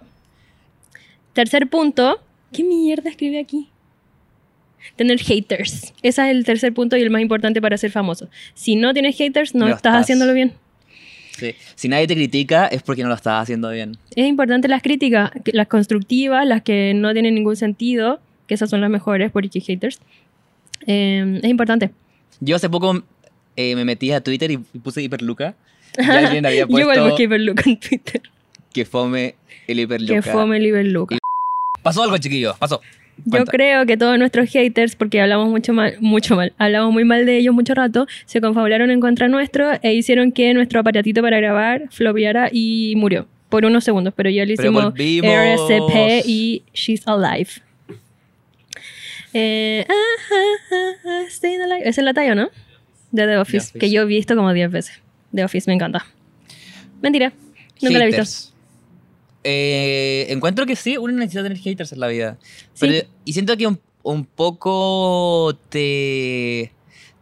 [SPEAKER 2] Tercer punto. ¿Qué mierda escribe aquí? Tener haters. Ese es el tercer punto y el más importante para ser famoso. Si no tienes haters, no,
[SPEAKER 1] No
[SPEAKER 2] estás,
[SPEAKER 1] estás.
[SPEAKER 2] haciéndolo bien.
[SPEAKER 1] Sí. Si nadie te critica es porque no lo estás haciendo bien.
[SPEAKER 2] Es importante las críticas, que- las constructivas, las que no tienen ningún sentido, que esas son las mejores porque haters. Eh, es importante.
[SPEAKER 1] Yo hace poco eh, me metí a Twitter y puse hiperluca. Y alguien había
[SPEAKER 2] Yo igual
[SPEAKER 1] puesto
[SPEAKER 2] busqué Iberluca en Twitter.
[SPEAKER 1] que fome el hiperluca.
[SPEAKER 2] Que fome el Iberluca.
[SPEAKER 1] Pasó algo, chiquillos, pasó.
[SPEAKER 2] Yo
[SPEAKER 1] Cuenta.
[SPEAKER 2] creo que todos nuestros haters, porque hablamos mucho mal, mucho mal, hablamos muy mal de ellos mucho rato, se confabularon en contra nuestro e hicieron que nuestro aparatito para grabar flopeara y murió por unos segundos, pero ya le
[SPEAKER 1] Pero
[SPEAKER 2] hicimos
[SPEAKER 1] volvimos.
[SPEAKER 2] RCP y She's Alive. Eh, ah, ah, ah, ah, staying alive. Esa es la talla, ¿no? De The Office,
[SPEAKER 1] Office.
[SPEAKER 2] que yo he visto como 10 veces. The Office me encanta. Mentira, nunca la he visto.
[SPEAKER 1] Haters. Eh, encuentro que sí, uno necesita tener haters en la vida.
[SPEAKER 2] Sí.
[SPEAKER 1] Pero- y siento que un, un poco te,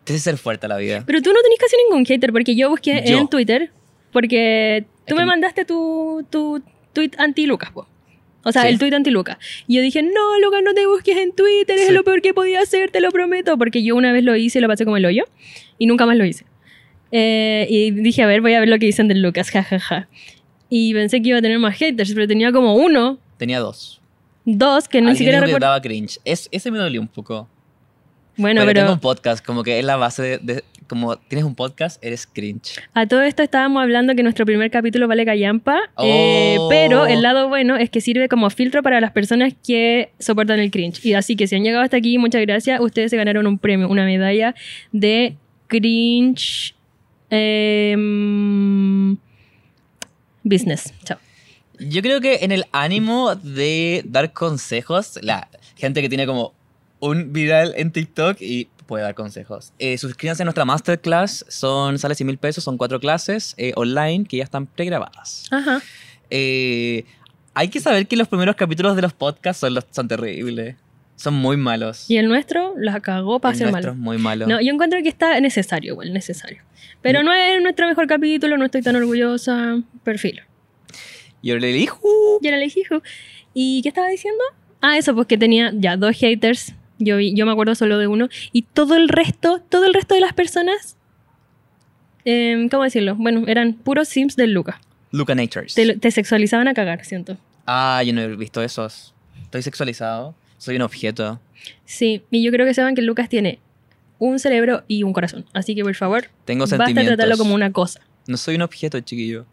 [SPEAKER 1] te hace ser fuerte la vida.
[SPEAKER 2] Pero tú no tenés casi ningún hater, porque yo busqué
[SPEAKER 1] Yo.
[SPEAKER 2] en Twitter, porque tú
[SPEAKER 1] Es
[SPEAKER 2] me
[SPEAKER 1] que-
[SPEAKER 2] mandaste tu, tu tweet anti-Lucas, po. O sea,
[SPEAKER 1] Sí.
[SPEAKER 2] el tweet anti-Lucas. Y yo dije, no, Lucas, no te busques en Twitter, es
[SPEAKER 1] Sí.
[SPEAKER 2] lo peor que podía hacer, te lo prometo. Porque yo una vez lo hice, lo pasé como el hoyo, y nunca más lo hice. Eh, y dije, a ver, voy a ver lo que dicen del Lucas, jajaja. Y pensé que iba a tener más haters, pero tenía como uno,
[SPEAKER 1] Tenía dos.
[SPEAKER 2] dos, que ni
[SPEAKER 1] Alguien
[SPEAKER 2] siquiera
[SPEAKER 1] dijo que
[SPEAKER 2] recuerdo.
[SPEAKER 1] daba cringe. Es, ese me dolió un poco.
[SPEAKER 2] Bueno,
[SPEAKER 1] pero,
[SPEAKER 2] pero...
[SPEAKER 1] tengo un podcast, como que es la base de, de- Como tienes un podcast, eres cringe.
[SPEAKER 2] A todo esto estábamos hablando que nuestro primer capítulo vale callampa, eh,
[SPEAKER 1] Oh.
[SPEAKER 2] pero el lado bueno es que sirve como filtro para las personas que soportan el cringe. Y así que si han llegado hasta aquí, muchas gracias. Ustedes se ganaron un premio, una medalla de cringe em, business. Chao.
[SPEAKER 1] Yo creo que en el ánimo de dar consejos, la gente que tiene como un viral en TikTok y puede dar consejos. Eh, suscríbanse a nuestra masterclass, son sales y mil pesos, son cuatro clases eh, online que ya están pregrabadas.
[SPEAKER 2] Ajá.
[SPEAKER 1] Eh, hay que saber que los primeros capítulos de los podcasts son, los, son terribles, son muy malos.
[SPEAKER 2] Y el nuestro la cagó para
[SPEAKER 1] El
[SPEAKER 2] ser
[SPEAKER 1] nuestro
[SPEAKER 2] malo.
[SPEAKER 1] es muy malo.
[SPEAKER 2] No, yo encuentro que está necesario, igual, necesario.
[SPEAKER 1] Mm.
[SPEAKER 2] Pero no es nuestro mejor capítulo, no estoy tan orgullosa. Perfil.
[SPEAKER 1] Yo le dije, "Uh".
[SPEAKER 2] Y era el hijo. ¿Y qué estaba diciendo? Ah, eso, pues que tenía ya dos haters. Yo, vi- yo me acuerdo solo de uno. Y todo el resto, todo el resto de las personas, em, ¿cómo decirlo? Bueno, eran puros sims del Luca.
[SPEAKER 1] Luca Natures.
[SPEAKER 2] Te, lo- te sexualizaban a cagar, siento.
[SPEAKER 1] Ah, yo no he visto esos. Estoy sexualizado, soy un objeto.
[SPEAKER 2] Sí, y yo creo que saben que Lucas tiene un cerebro y un corazón. Así que, por favor,
[SPEAKER 1] Tengo
[SPEAKER 2] basta
[SPEAKER 1] sentimientos.
[SPEAKER 2] tratarlo como una cosa.
[SPEAKER 1] No soy un objeto, chiquillo.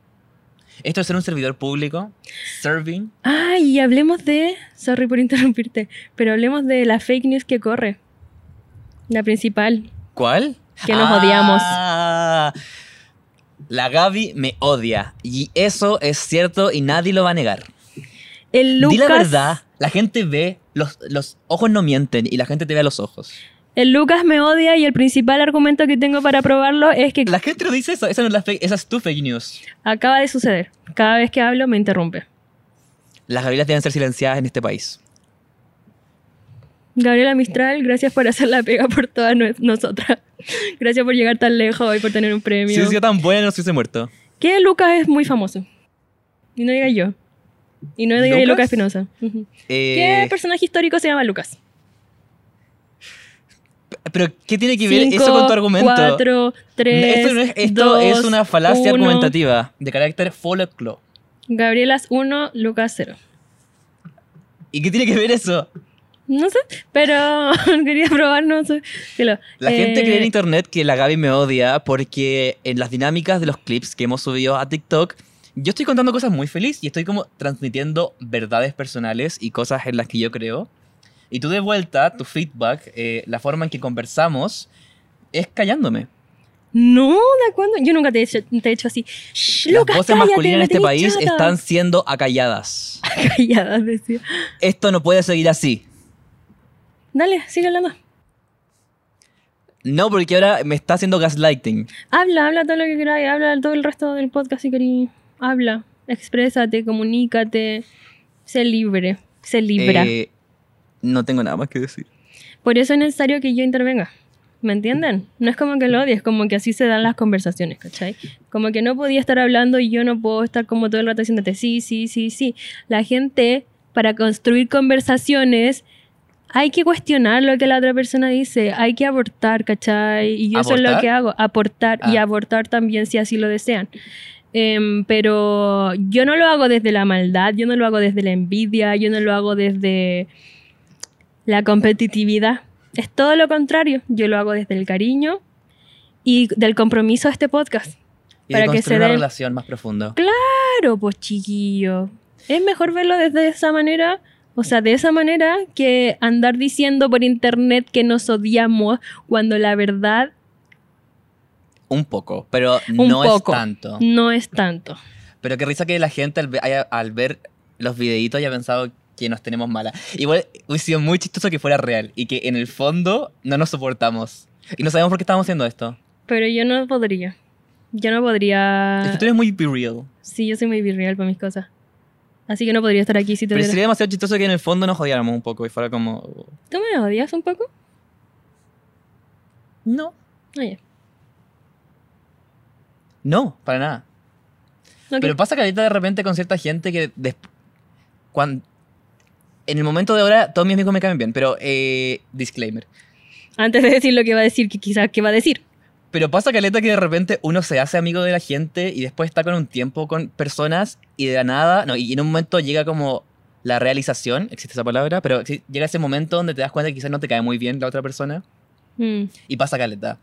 [SPEAKER 1] Esto es ser un servidor público, serving.
[SPEAKER 2] Ay, y hablemos de. Sorry por interrumpirte, pero hablemos de la fake news que corre. La principal.
[SPEAKER 1] ¿Cuál? Ah,
[SPEAKER 2] Que nos odiamos.
[SPEAKER 1] La Gaby me odia. Y eso es cierto y nadie lo va a negar.
[SPEAKER 2] El
[SPEAKER 1] Di
[SPEAKER 2] Lucas.
[SPEAKER 1] la verdad, la gente ve, los, los ojos no mienten y la gente te ve a los ojos.
[SPEAKER 2] El Lucas me odia y el principal argumento que tengo para probarlo es que
[SPEAKER 1] La gente no dice eso, esa, no es la fake- esa es tu fake news.
[SPEAKER 2] acaba de suceder. Cada vez que hablo me interrumpe.
[SPEAKER 1] Las gavilas deben ser silenciadas en este país.
[SPEAKER 2] Gabriela Mistral, gracias por hacer la pega por todas nue- nosotras. Gracias por llegar tan lejos y por tener un premio.
[SPEAKER 1] Si hubiese sido tan bueno, no se hubiese muerto.
[SPEAKER 2] Que Lucas es muy famoso. Y no diga yo. Y no diga
[SPEAKER 1] ¿Lucas?
[SPEAKER 2] Lucas Espinosa. Ujú. ¿Qué
[SPEAKER 1] Eh,
[SPEAKER 2] personaje histórico se llama Lucas?
[SPEAKER 1] pero, ¿qué tiene que ver eso con tu argumento?
[SPEAKER 2] Cuatro, tres,
[SPEAKER 1] esto no es, esto
[SPEAKER 2] dos,
[SPEAKER 1] es una falacia
[SPEAKER 2] uno.
[SPEAKER 1] argumentativa de carácter folklore.
[SPEAKER 2] Gabrielas 1, Lucas 0.
[SPEAKER 1] ¿Y qué tiene que ver eso?
[SPEAKER 2] No sé, pero quería probar, no sé. Que lo-
[SPEAKER 1] La
[SPEAKER 2] eh,
[SPEAKER 1] gente cree en internet que la Gaby me odia porque en las dinámicas de los clips que hemos subido a TikTok, yo estoy contando cosas muy feliz y estoy como transmitiendo verdades personales y cosas en las que yo creo. Y tú de vuelta, tu feedback, eh, la forma en que conversamos, es callándome.
[SPEAKER 2] No, ¿de cuándo? Yo nunca te he hecho, te he hecho así. Shh,
[SPEAKER 1] Las
[SPEAKER 2] Lucas,
[SPEAKER 1] voces
[SPEAKER 2] cállate,
[SPEAKER 1] masculinas en
[SPEAKER 2] me
[SPEAKER 1] este
[SPEAKER 2] tenés
[SPEAKER 1] país
[SPEAKER 2] chata.
[SPEAKER 1] están siendo acalladas.
[SPEAKER 2] calladas, decía.
[SPEAKER 1] Esto no puede seguir así.
[SPEAKER 2] Dale, sigue hablando.
[SPEAKER 1] No, porque ahora me está haciendo gaslighting.
[SPEAKER 2] Habla, habla todo lo que queráis, habla todo el resto del podcast si queréis. Habla, exprésate, comunícate, sé libre, sé libra.
[SPEAKER 1] Eh, no tengo nada más que decir.
[SPEAKER 2] Por eso es necesario que yo intervenga. ¿Me entienden? No es como que lo odies, como que así se dan las conversaciones, ¿cachai? Como que no podía estar hablando y yo no puedo estar como todo el rato diciéndote sí, sí, sí, sí. La gente, para construir conversaciones, hay que cuestionar lo que la otra persona dice, hay que abortar, ¿cachai? Y yo eso es lo
[SPEAKER 1] ¿Abortar?
[SPEAKER 2] que hago, aportar y
[SPEAKER 1] Ah.
[SPEAKER 2] abortar también si así lo desean. Em, pero yo no lo hago desde la maldad, yo no lo hago desde la envidia, yo no lo hago desde la competitividad. Es todo lo contrario. Yo lo hago desde el cariño y del compromiso de este podcast.
[SPEAKER 1] Y
[SPEAKER 2] Para
[SPEAKER 1] de
[SPEAKER 2] que se
[SPEAKER 1] construir una
[SPEAKER 2] dé-
[SPEAKER 1] relación más profunda.
[SPEAKER 2] Claro, pues chiquillo. Es mejor verlo desde esa manera, o sea, de esa manera, que andar diciendo por internet que nos odiamos cuando la verdad
[SPEAKER 1] Un poco, pero
[SPEAKER 2] Un
[SPEAKER 1] no
[SPEAKER 2] poco.
[SPEAKER 1] es tanto.
[SPEAKER 2] no es tanto.
[SPEAKER 1] Pero qué risa que la gente al, ve- haya- al ver los videitos haya pensado que nos tenemos mala. Igual hubiese sido muy chistoso que fuera real y que en el fondo no nos soportamos. Y no sabemos por qué estamos haciendo esto.
[SPEAKER 2] Pero yo no podría. Yo no
[SPEAKER 1] Es
[SPEAKER 2] podría.
[SPEAKER 1] que tú eres muy be real.
[SPEAKER 2] Sí, yo soy muy virreal para mis cosas. Así que no podría estar aquí si te.
[SPEAKER 1] Pero sería demasiado chistoso que en el fondo nos odiáramos un poco y fuera como...
[SPEAKER 2] ¿Tú me odias un poco?
[SPEAKER 1] No,
[SPEAKER 2] Ah, ya.
[SPEAKER 1] no, para nada.
[SPEAKER 2] Ok.
[SPEAKER 1] Pero pasa que ahorita de repente con cierta gente que cuando en el momento de ahora todos mis amigos me caen bien, pero eh, disclaimer.
[SPEAKER 2] Antes de decir lo que va a decir, que quizás que va a decir.
[SPEAKER 1] Pero pasa caleta que de repente uno se hace amigo de la gente y después está con un tiempo con personas y de la nada, no, y en un momento llega como la realización, existe esa palabra, pero exi- llega ese momento donde te das cuenta que quizás no te cae muy bien la otra persona
[SPEAKER 2] Mm.
[SPEAKER 1] y pasa caleta.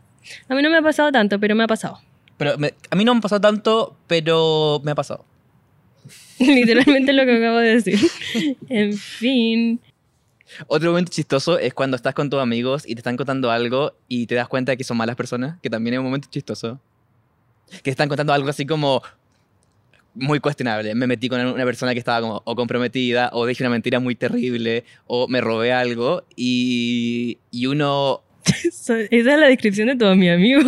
[SPEAKER 2] A mí no me ha pasado tanto, pero me ha pasado.
[SPEAKER 1] Pero me- a mí no me ha pasado tanto, pero me ha pasado.
[SPEAKER 2] Literalmente lo que acabo de decir. en fin.
[SPEAKER 1] Otro momento chistoso es cuando estás con tus amigos y te están contando algo y te das cuenta de que son malas personas, que también es un momento chistoso. Que te están contando algo así como muy cuestionable. Me metí con una persona que estaba como o comprometida o dije una mentira muy terrible o me robé algo y, y uno...
[SPEAKER 2] So- Esa es la descripción de todo mi amigo.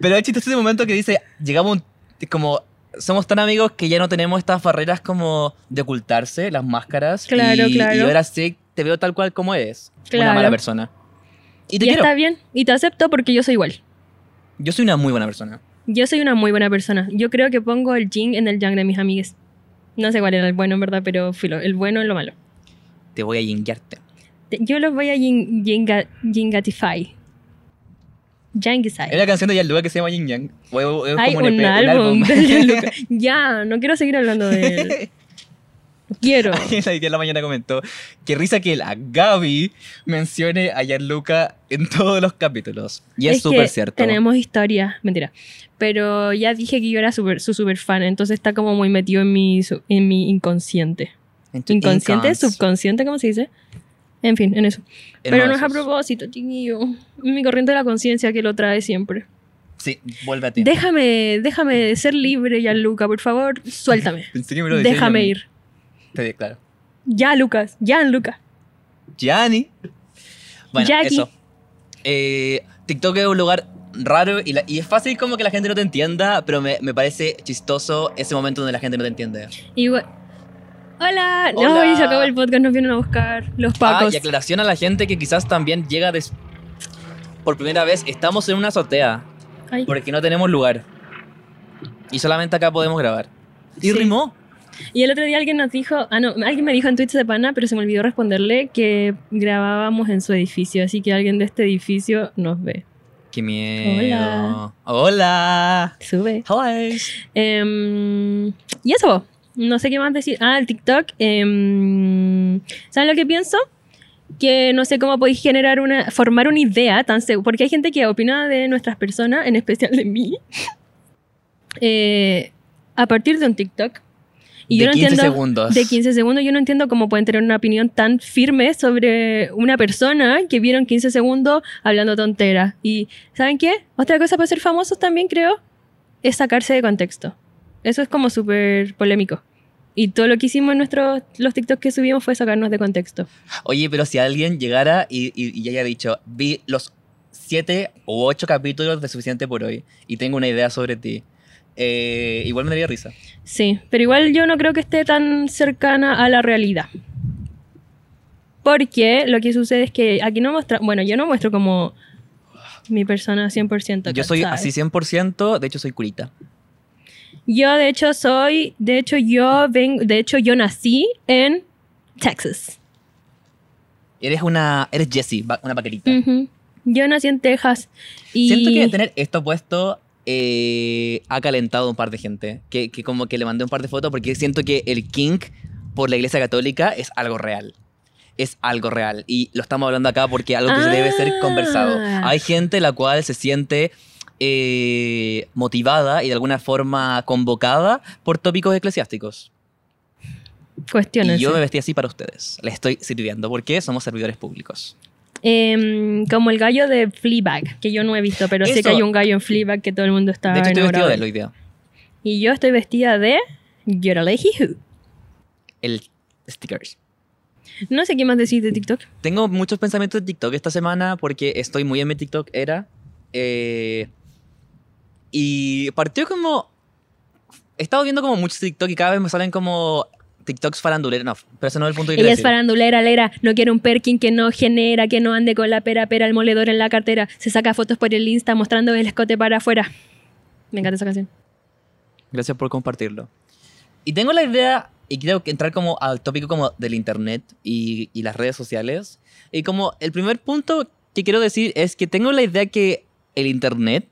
[SPEAKER 1] Pero es chistoso ese momento que dice, llegamos a un- como... Somos tan amigos que ya no tenemos estas barreras como de ocultarse, las máscaras.
[SPEAKER 2] Claro,
[SPEAKER 1] y,
[SPEAKER 2] claro.
[SPEAKER 1] Y ahora sí te veo tal cual como eres. Una
[SPEAKER 2] Claro.
[SPEAKER 1] mala persona. Y te
[SPEAKER 2] ya
[SPEAKER 1] quiero.
[SPEAKER 2] está bien. Y te acepto porque yo soy igual.
[SPEAKER 1] Yo soy una muy buena persona.
[SPEAKER 2] Yo soy una muy buena persona. Yo creo que pongo el yin en el yang de mis amigues. No sé cuál era el bueno, en verdad, pero filo, el bueno es lo malo.
[SPEAKER 1] Te voy a yinguearte.
[SPEAKER 2] Te- Yo los voy a yin, yinga, yingatify. Yangisai.
[SPEAKER 1] Hay una canción de Yaluca que se llama Yin Yang. O- o- o es
[SPEAKER 2] Hay
[SPEAKER 1] como E
[SPEAKER 2] un,
[SPEAKER 1] EP,
[SPEAKER 2] álbum. de Gianluca. ya, no quiero seguir hablando de él. Quiero.
[SPEAKER 1] Alguien ahí en la mañana comentó que risa que la Gaby mencione a Gianluca en todos los capítulos. Y es
[SPEAKER 2] que
[SPEAKER 1] súper cierto.
[SPEAKER 2] Tenemos historia, mentira. Pero ya dije que yo era super, su super fan, entonces está como muy metido en mi, su- en mi inconsciente.
[SPEAKER 1] En tu
[SPEAKER 2] Inconsciente,
[SPEAKER 1] incons.
[SPEAKER 2] subconsciente, ¿cómo se dice? En fin, en eso.
[SPEAKER 1] En
[SPEAKER 2] Pero
[SPEAKER 1] uno
[SPEAKER 2] no
[SPEAKER 1] de
[SPEAKER 2] es a
[SPEAKER 1] esos.
[SPEAKER 2] propósito, chiquillo. Mi corriente de la conciencia que lo trae siempre.
[SPEAKER 1] Sí, vuelve a ti.
[SPEAKER 2] Déjame, déjame ser libre ya, Luca, por favor, suéltame.
[SPEAKER 1] Pensé que me lo decía
[SPEAKER 2] Déjame
[SPEAKER 1] yo.
[SPEAKER 2] ir.
[SPEAKER 1] Te di- claro.
[SPEAKER 2] Ya, Lucas, ya, Luca.
[SPEAKER 1] Gianni. Bueno,
[SPEAKER 2] Jackie.
[SPEAKER 1] eso. Eh, TikTok es un lugar raro y, la- y es fácil como que la gente no te entienda, pero me, me parece chistoso ese momento donde la gente no te entiende. Ah,
[SPEAKER 2] Igual. Hola.
[SPEAKER 1] Hola.
[SPEAKER 2] Ay, se acabó el podcast, nos vienen a buscar los
[SPEAKER 1] Ah,
[SPEAKER 2] pacos.
[SPEAKER 1] y aclaración a la gente que quizás también llega des- por primera vez. Estamos en una azotea
[SPEAKER 2] Ay.
[SPEAKER 1] porque no tenemos lugar. Y solamente acá podemos grabar. Y
[SPEAKER 2] Sí.
[SPEAKER 1] rimó.
[SPEAKER 2] Y el otro día alguien nos dijo, ah no, alguien me dijo en Twitch de pana, pero se me olvidó responderle que grabábamos en su edificio, así que alguien de este edificio nos ve.
[SPEAKER 1] Qué miedo. Hola.
[SPEAKER 2] Sube.
[SPEAKER 1] Hi.
[SPEAKER 2] Em, y eso, no sé qué más decir. Ah, el TikTok. em, ¿Saben lo que pienso? Que no sé cómo podéis generar una, formar una idea tan segura, porque hay gente que opina de nuestras personas, en especial de mí, eh, a partir de un TikTok. Y yo
[SPEAKER 1] de
[SPEAKER 2] no
[SPEAKER 1] 15
[SPEAKER 2] entiendo.
[SPEAKER 1] segundos.
[SPEAKER 2] De 15 segundos, yo no entiendo cómo pueden tener una opinión tan firme sobre una persona que vieron 15 segundos hablando tonteras. Y, ¿saben qué? Otra cosa para ser famosos también, creo, es sacarse de contexto. Eso es como súper polémico. Y todo lo que hicimos en nuestros, los TikToks que subimos fue sacarnos de contexto.
[SPEAKER 1] Oye, pero si alguien llegara y, y, y haya dicho, vi los siete u ocho capítulos de Suficiente por hoy y tengo una idea sobre ti, eh, igual me daría risa.
[SPEAKER 2] Sí, pero igual yo no creo que esté tan cercana a la realidad. Porque lo que sucede es que aquí no muestra, bueno, yo no muestro como mi persona 100%.
[SPEAKER 1] Yo soy
[SPEAKER 2] ¿cachai?
[SPEAKER 1] así 100%, de hecho soy curita.
[SPEAKER 2] Yo de hecho soy, de hecho yo vengo, de hecho yo nací en Texas.
[SPEAKER 1] Eres una, eres Jessie, va- una paquerita.
[SPEAKER 2] Ujú. Yo nací en Texas y
[SPEAKER 1] Siento que tener esto puesto eh, ha calentado a un par de gente. Que, que como que le mandé un par de fotos porque siento que el kink por la iglesia católica es algo real. Es algo real. Y lo estamos hablando acá porque algo que se debe ser
[SPEAKER 2] Ah.
[SPEAKER 1] conversado. Hay gente la cual se siente eh, motivada y de alguna forma convocada por tópicos eclesiásticos.
[SPEAKER 2] cuestiones.
[SPEAKER 1] Y yo me vestí así para ustedes. Les estoy sirviendo porque somos servidores públicos.
[SPEAKER 2] Em, como el gallo de Fleabag, que yo no he visto, pero sé
[SPEAKER 1] Eso.
[SPEAKER 2] que hay un gallo en Fleabag que todo el mundo está
[SPEAKER 1] de hecho, estoy vestido
[SPEAKER 2] enamorado
[SPEAKER 1] de
[SPEAKER 2] de
[SPEAKER 1] él hoy día.
[SPEAKER 2] Y yo estoy vestida de Yoraleji Who.
[SPEAKER 1] El stickers.
[SPEAKER 2] No sé qué más decir de TikTok.
[SPEAKER 1] Tengo muchos pensamientos de TikTok esta semana porque estoy muy en mi TikTok era. eh, y partió como... He estado viendo como muchos TikTok y cada vez me salen como TikToks faranduleros. No, pero ese no es el punto que
[SPEAKER 2] Ella
[SPEAKER 1] quería
[SPEAKER 2] es
[SPEAKER 1] decir.
[SPEAKER 2] farandulera, lera, no quiere un Perkin que no genera, que no ande con la pera, pera, el moledor en la cartera. Se saca fotos por el Insta mostrando el escote para afuera. Me encanta esa canción.
[SPEAKER 1] Gracias por compartirlo. Y tengo la idea, y quiero que entrar como al tópico como del internet y, y las redes sociales. Y como el primer punto que quiero decir es que tengo la idea que el internet,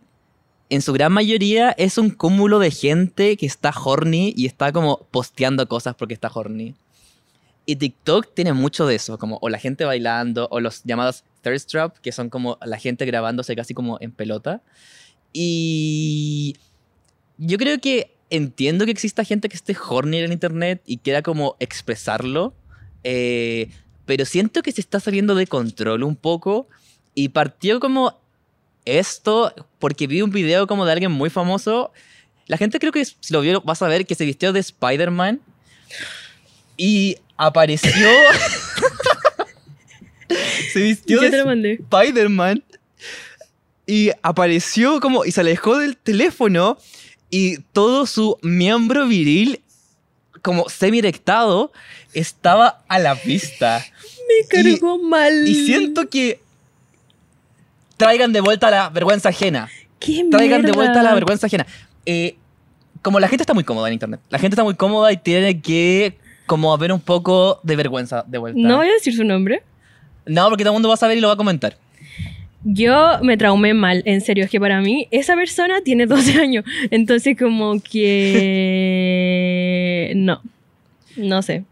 [SPEAKER 1] en su gran mayoría, es un cúmulo de gente que está horny y está como posteando cosas porque está horny. Y TikTok tiene mucho de eso, como o la gente bailando, o los llamados thirst trap, que son como la gente grabándose casi como en pelota. Y yo creo que entiendo que exista gente que esté horny en el internet y quiera como expresarlo, eh, pero siento que se está saliendo de control un poco y partió como esto porque vi un video como de alguien muy famoso. La gente creo que si lo vio vas a ver que se vistió de Spider-Man y apareció... se vistió
[SPEAKER 2] Yo
[SPEAKER 1] de
[SPEAKER 2] te lo mandé.
[SPEAKER 1] Spider-Man y apareció como y se alejó del teléfono y todo su miembro viril como semi erectado estaba a la vista
[SPEAKER 2] Me
[SPEAKER 1] cargó
[SPEAKER 2] mal.
[SPEAKER 1] y siento que traigan de vuelta la vergüenza ajena
[SPEAKER 2] ¿Qué
[SPEAKER 1] traigan de
[SPEAKER 2] mierda?
[SPEAKER 1] vuelta la vergüenza ajena. Eh, como la gente está muy cómoda en internet, la gente está muy cómoda y tiene que como haber un poco de vergüenza de vuelta.
[SPEAKER 2] No voy a decir su nombre.
[SPEAKER 1] No, porque todo el mundo va a saber y lo va a comentar.
[SPEAKER 2] Yo me traumé mal, en serio, es que para mí esa persona tiene 12 años, entonces como que no. No sé.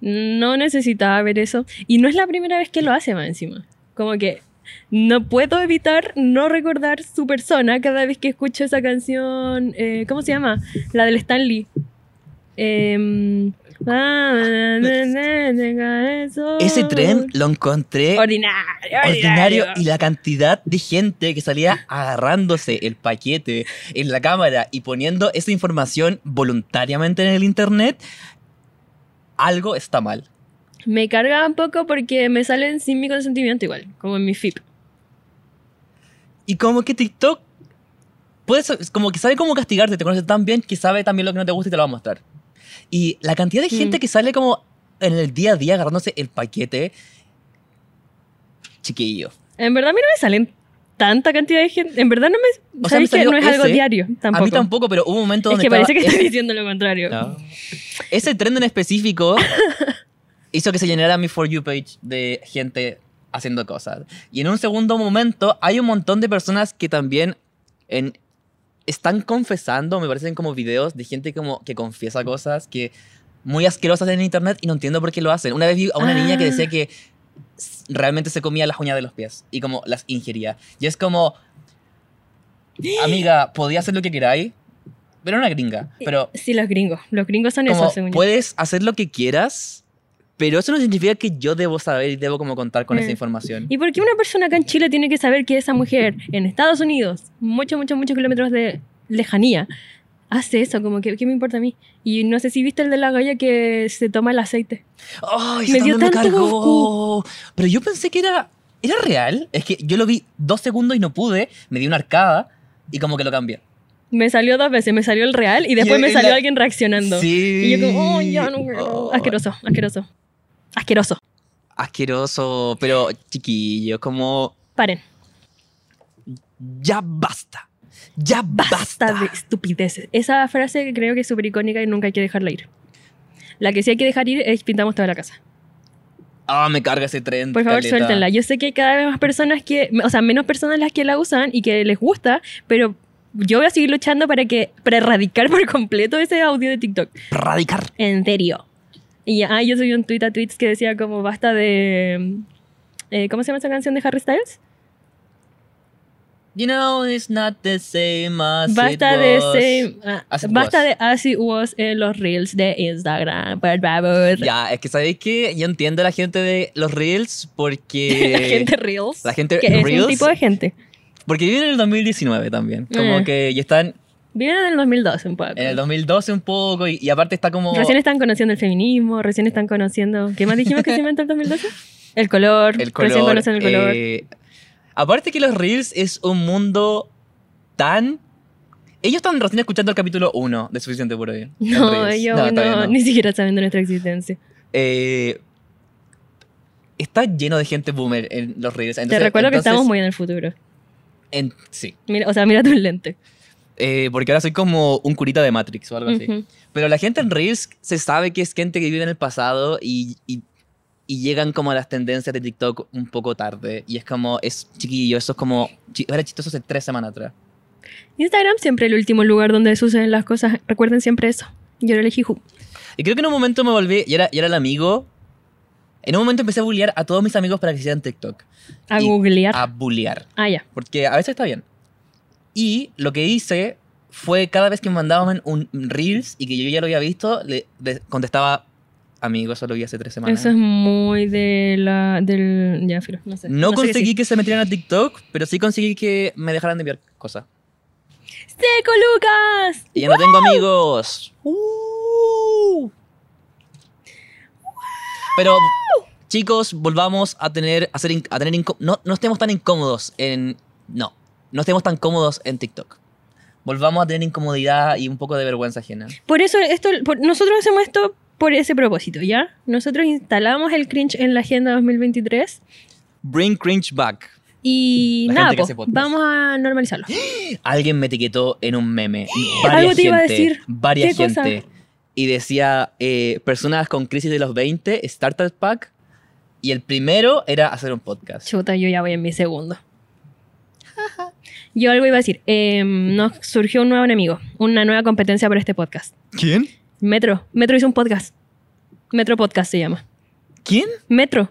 [SPEAKER 2] No necesitaba ver eso. Y no es la primera vez que lo hace más encima. Como que no puedo evitar no recordar su persona cada vez que escucho esa canción. eh, ¿Cómo se llama? La del Em, Stanley. ah,
[SPEAKER 1] Ese tren lo encontré
[SPEAKER 2] Ordinario,
[SPEAKER 1] ordinario y la cantidad de gente que salía agarrándose el paquete en la cámara y poniendo esa información voluntariamente en el internet, algo está mal.
[SPEAKER 2] Me carga un poco porque me salen sin mi consentimiento igual, como en mi FIP.
[SPEAKER 1] Y como que TikTok puede sa- como que sabe cómo castigarte, te conoce tan bien que sabe también lo que no te gusta y te lo va a mostrar. Y la cantidad de gente
[SPEAKER 2] Mm.
[SPEAKER 1] que sale como en el día a día agarrándose el paquete chiquillo.
[SPEAKER 2] En verdad a mí no me salen tanta cantidad de gente. En verdad no me...
[SPEAKER 1] O sea, me
[SPEAKER 2] ¿Sabes que
[SPEAKER 1] salió
[SPEAKER 2] no es algo
[SPEAKER 1] ese,
[SPEAKER 2] diario tampoco?
[SPEAKER 1] A mí tampoco, pero hubo un momento
[SPEAKER 2] Es
[SPEAKER 1] donde
[SPEAKER 2] que
[SPEAKER 1] estaba-
[SPEAKER 2] parece que estoy diciendo lo contrario.
[SPEAKER 1] No. Ese trend en específico hizo que se llenara mi For You page de gente haciendo cosas. Y en un segundo momento hay un montón de personas que también en- están confesando, me parecen como videos de gente como que confiesa cosas que muy asquerosas en internet y no entiendo por qué lo hacen. Una vez vi a una niña que
[SPEAKER 2] Ah.
[SPEAKER 1] decía que s- realmente se comía las uñas de los pies y como las ingería. Y es como, amiga, podía hacer lo que queráis, pero era una gringa, pero
[SPEAKER 2] Sí, los gringos. Los gringos son
[SPEAKER 1] como
[SPEAKER 2] esos, según yo.
[SPEAKER 1] puedes hacer lo que quieras, pero eso no significa que yo debo saber y debo como contar con
[SPEAKER 2] Eh.
[SPEAKER 1] esa información.
[SPEAKER 2] ¿Y por qué una persona acá en Chile tiene que saber que esa mujer en Estados Unidos, muchos, muchos, muchos kilómetros de lejanía, hace eso? Como que, ¿qué me importa a mí? Y no sé si viste el de la galla que se toma el aceite.
[SPEAKER 1] ¡Ay,
[SPEAKER 2] Me
[SPEAKER 1] esa
[SPEAKER 2] dio
[SPEAKER 1] onda me
[SPEAKER 2] tanto
[SPEAKER 1] cargó! Pero yo pensé que era, era real. Es que yo lo vi dos segundos y no pude. Me di una arcada y como que lo cambié.
[SPEAKER 2] Me salió dos veces, me salió el real y después
[SPEAKER 1] Y-
[SPEAKER 2] me
[SPEAKER 1] y
[SPEAKER 2] salió
[SPEAKER 1] la-
[SPEAKER 2] alguien reaccionando.
[SPEAKER 1] Sí.
[SPEAKER 2] Y yo como, oh, ya no quiero".
[SPEAKER 1] Oh,
[SPEAKER 2] Asqueroso, asqueroso. Asqueroso.
[SPEAKER 1] Asqueroso, pero chiquillo, como
[SPEAKER 2] Paren.
[SPEAKER 1] ya basta. Ya basta.
[SPEAKER 2] Basta de estupideces. Esa frase creo que es súper icónica y nunca hay que dejarla ir. La que sí hay que dejar ir es pintamos toda la casa.
[SPEAKER 1] Ah, me carga ese tren.
[SPEAKER 2] Por favor,
[SPEAKER 1] caleta.
[SPEAKER 2] suéltenla. Yo sé que hay cada vez más personas que, o sea, menos personas las que la usan y que les gusta, pero yo voy a seguir luchando para que para erradicar por completo ese audio de TikTok.
[SPEAKER 1] Radicar.
[SPEAKER 2] En serio. Y ah, yo subí un tweet a tweets que decía como basta de eh, ¿cómo se llama esa canción de Harry Styles?
[SPEAKER 1] You know, it's not the same as
[SPEAKER 2] Basta
[SPEAKER 1] it
[SPEAKER 2] de
[SPEAKER 1] was.
[SPEAKER 2] same- ah,
[SPEAKER 1] As it
[SPEAKER 2] basta
[SPEAKER 1] was.
[SPEAKER 2] de as it was en los reels de Instagram, por favor.
[SPEAKER 1] Ya, es que sabéis que yo entiendo a la gente de los Reels porque.
[SPEAKER 2] la gente reels.
[SPEAKER 1] eh, la gente
[SPEAKER 2] que es
[SPEAKER 1] reels.
[SPEAKER 2] un tipo de gente.
[SPEAKER 1] Porque viven en el 2019 también. Como
[SPEAKER 2] Eh.
[SPEAKER 1] que ya están
[SPEAKER 2] Viven en el 2012 un poco.
[SPEAKER 1] en el 2012 un poco y, y aparte está como.
[SPEAKER 2] Recién están conociendo el feminismo, recién están conociendo. ¿Qué más dijimos que se inventó el 2012? El color.
[SPEAKER 1] el color.
[SPEAKER 2] Recién conocen el color.
[SPEAKER 1] eh, aparte que los Reels es un mundo tan. Ellos están recién escuchando el capítulo 1 de Suficiente por hoy. en
[SPEAKER 2] no,
[SPEAKER 1] Reels.
[SPEAKER 2] ellos no,
[SPEAKER 1] todavía no.
[SPEAKER 2] ni siquiera saben de nuestra existencia.
[SPEAKER 1] Eh, está lleno de gente boomer en los Reels. Entonces,
[SPEAKER 2] Te recuerdo que
[SPEAKER 1] entonces,
[SPEAKER 2] estamos muy en el futuro.
[SPEAKER 1] en- sí.
[SPEAKER 2] Mira, o sea, mira tus lentes.
[SPEAKER 1] Eh, porque ahora soy como un curita de Matrix o algo así.
[SPEAKER 2] Ujú.
[SPEAKER 1] Pero la gente en Reels se sabe que es gente que vive en el pasado y, y- y llegan como a las tendencias de TikTok un poco tarde. Y es como, es chiquillo, eso es como, chi- era chistoso hace tres semanas atrás.
[SPEAKER 2] Instagram siempre el último lugar donde suceden las cosas. Recuerden siempre eso. Yo lo elegí Ju.
[SPEAKER 1] Y creo que en un momento me volví, y era, y era el amigo. En un momento empecé a bullear a todos mis amigos para que hicieran TikTok.
[SPEAKER 2] a
[SPEAKER 1] Y-
[SPEAKER 2] googlear.
[SPEAKER 1] A bullear.
[SPEAKER 2] Ah, ya.
[SPEAKER 1] Porque a veces está bien. Y lo que hice fue cada vez que me mandaban un Reels y que yo ya lo había visto, le le contestaba, amigo, eso lo vi hace tres semanas.
[SPEAKER 2] Eso es muy de la, del. Ya, filo, no sé.
[SPEAKER 1] No,
[SPEAKER 2] sé qué
[SPEAKER 1] conseguí
[SPEAKER 2] sí.
[SPEAKER 1] que, se metieran a TikTok, pero sí conseguí que me dejaran de enviar cosas.
[SPEAKER 2] ¡Seco, Lucas!
[SPEAKER 1] Y ya no tengo amigos. Pero, chicos, volvamos a tener, a ser in- a tener inco- no, no estemos tan incómodos en. No, no estemos tan cómodos en TikTok. Volvamos a tener incomodidad y un poco de vergüenza ajena.
[SPEAKER 2] Por eso, esto, por- nosotros hacemos esto por ese propósito, ¿ya? Nosotros instalamos el cringe en la agenda 2023
[SPEAKER 1] Bring cringe back.
[SPEAKER 2] y
[SPEAKER 1] La
[SPEAKER 2] nada,
[SPEAKER 1] gente que
[SPEAKER 2] po,
[SPEAKER 1] hace podcast.
[SPEAKER 2] vamos a normalizarlo.
[SPEAKER 1] Alguien me etiquetó en un meme. Varias
[SPEAKER 2] Algo te iba a
[SPEAKER 1] gente,
[SPEAKER 2] decir.
[SPEAKER 1] Varias
[SPEAKER 2] ¿Qué cosa?
[SPEAKER 1] gente. Y decía, eh, personas con crisis de los 20, Startup Pack. Y el primero era hacer un podcast.
[SPEAKER 2] Chuta, yo ya voy en mi segundo. Yo algo iba a decir. eh, nos surgió un nuevo enemigo, una nueva competencia para este podcast.
[SPEAKER 1] ¿Quién?
[SPEAKER 2] Metro. Metro hizo un podcast. Metro Podcast se llama.
[SPEAKER 1] ¿Quién?
[SPEAKER 2] Metro.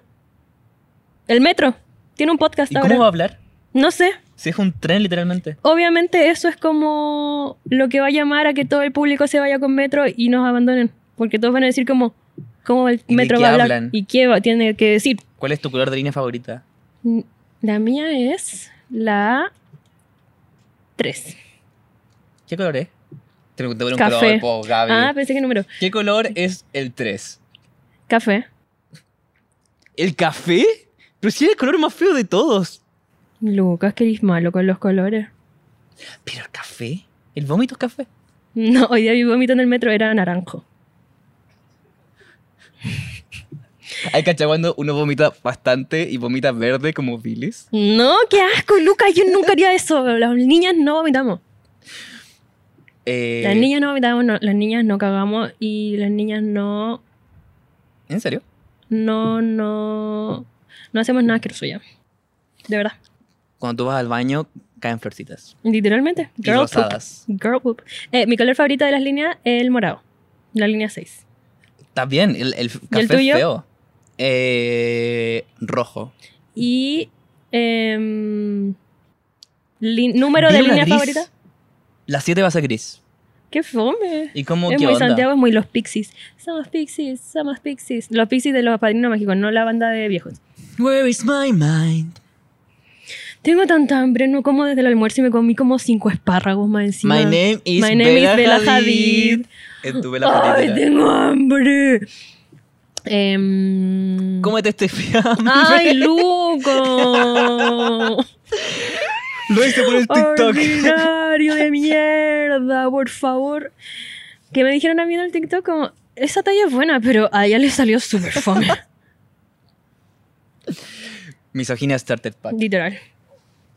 [SPEAKER 2] El Metro. Tiene un podcast
[SPEAKER 1] ¿Y
[SPEAKER 2] ahora.
[SPEAKER 1] cómo va a hablar?
[SPEAKER 2] No sé.
[SPEAKER 1] Si es un tren, literalmente.
[SPEAKER 2] Obviamente eso es como lo que va a llamar a que todo el público se vaya con Metro y nos abandonen. Porque todos van a decir como, ¿cómo el
[SPEAKER 1] ¿Y de
[SPEAKER 2] Metro
[SPEAKER 1] qué
[SPEAKER 2] va a hablar?
[SPEAKER 1] hablan?
[SPEAKER 2] ¿Y qué va- tiene que decir?
[SPEAKER 1] ¿Cuál es tu color de línea favorita?
[SPEAKER 2] La mía es la 3.
[SPEAKER 1] ¿Qué color es? Te pregunté por un
[SPEAKER 2] Café.
[SPEAKER 1] color, po, Gaby.
[SPEAKER 2] Ah, pensé que número.
[SPEAKER 1] ¿Qué color es el 3?
[SPEAKER 2] Café.
[SPEAKER 1] ¿El café? Pero si es el color más feo de todos.
[SPEAKER 2] Lucas, que eres malo con los colores.
[SPEAKER 1] ¿Pero el café? ¿El vómito es café?
[SPEAKER 2] No, hoy día mi vómito en el metro era naranjo.
[SPEAKER 1] Hay cacha cuando uno vomita bastante y vomita verde como bilis.
[SPEAKER 2] No, qué asco, Lucas, yo nunca haría eso. Las niñas no vomitamos.
[SPEAKER 1] Eh,
[SPEAKER 2] Las niñas no vomitamos, no, las niñas no cagamos y las niñas no,
[SPEAKER 1] ¿En serio?
[SPEAKER 2] no, no, no hacemos nada asqueroso ya. De verdad,
[SPEAKER 1] Cuando tú vas al baño, caen florcitas.
[SPEAKER 2] literalmente.
[SPEAKER 1] Y
[SPEAKER 2] Girl poop.
[SPEAKER 1] rosadas.
[SPEAKER 2] Girl poop. Eh, mi color favorito de las líneas es el morado, la línea 6.
[SPEAKER 1] Está bien, el, el café es
[SPEAKER 2] tuyo?
[SPEAKER 1] feo. Eh, rojo.
[SPEAKER 2] Y em, lin- número de
[SPEAKER 1] Dile la
[SPEAKER 2] línea
[SPEAKER 1] gris.
[SPEAKER 2] favorita.
[SPEAKER 1] La 7 va a ser gris.
[SPEAKER 2] Qué fome.
[SPEAKER 1] ¿Y cómo
[SPEAKER 2] Es
[SPEAKER 1] qué
[SPEAKER 2] muy
[SPEAKER 1] onda?
[SPEAKER 2] Santiago, es muy los Pixies. Somos Pixies, somos Pixies. Los Pixies de los Padrinos Mágicos, no la banda de viejos.
[SPEAKER 1] Where is my mind?
[SPEAKER 2] Tengo tanta hambre, no como desde el almuerzo y me comí como cinco espárragos más encima.
[SPEAKER 1] My name is
[SPEAKER 2] My name
[SPEAKER 1] Bella,
[SPEAKER 2] is Bella
[SPEAKER 1] Hadid. Eh, Es tu Bella Hadid.
[SPEAKER 2] ¡Ay,
[SPEAKER 1] era.
[SPEAKER 2] tengo hambre! Em,
[SPEAKER 1] Cómete este fiambre.
[SPEAKER 2] ¡Ay, Luco!
[SPEAKER 1] Lo hice por el TikTok.
[SPEAKER 2] ¡Ordinario de mierda! Por favor. Que me dijeron a mí en el TikTok como... Esa talla es buena, pero a ella le salió súper fome.
[SPEAKER 1] Misoginia Starter Pack.
[SPEAKER 2] Literal.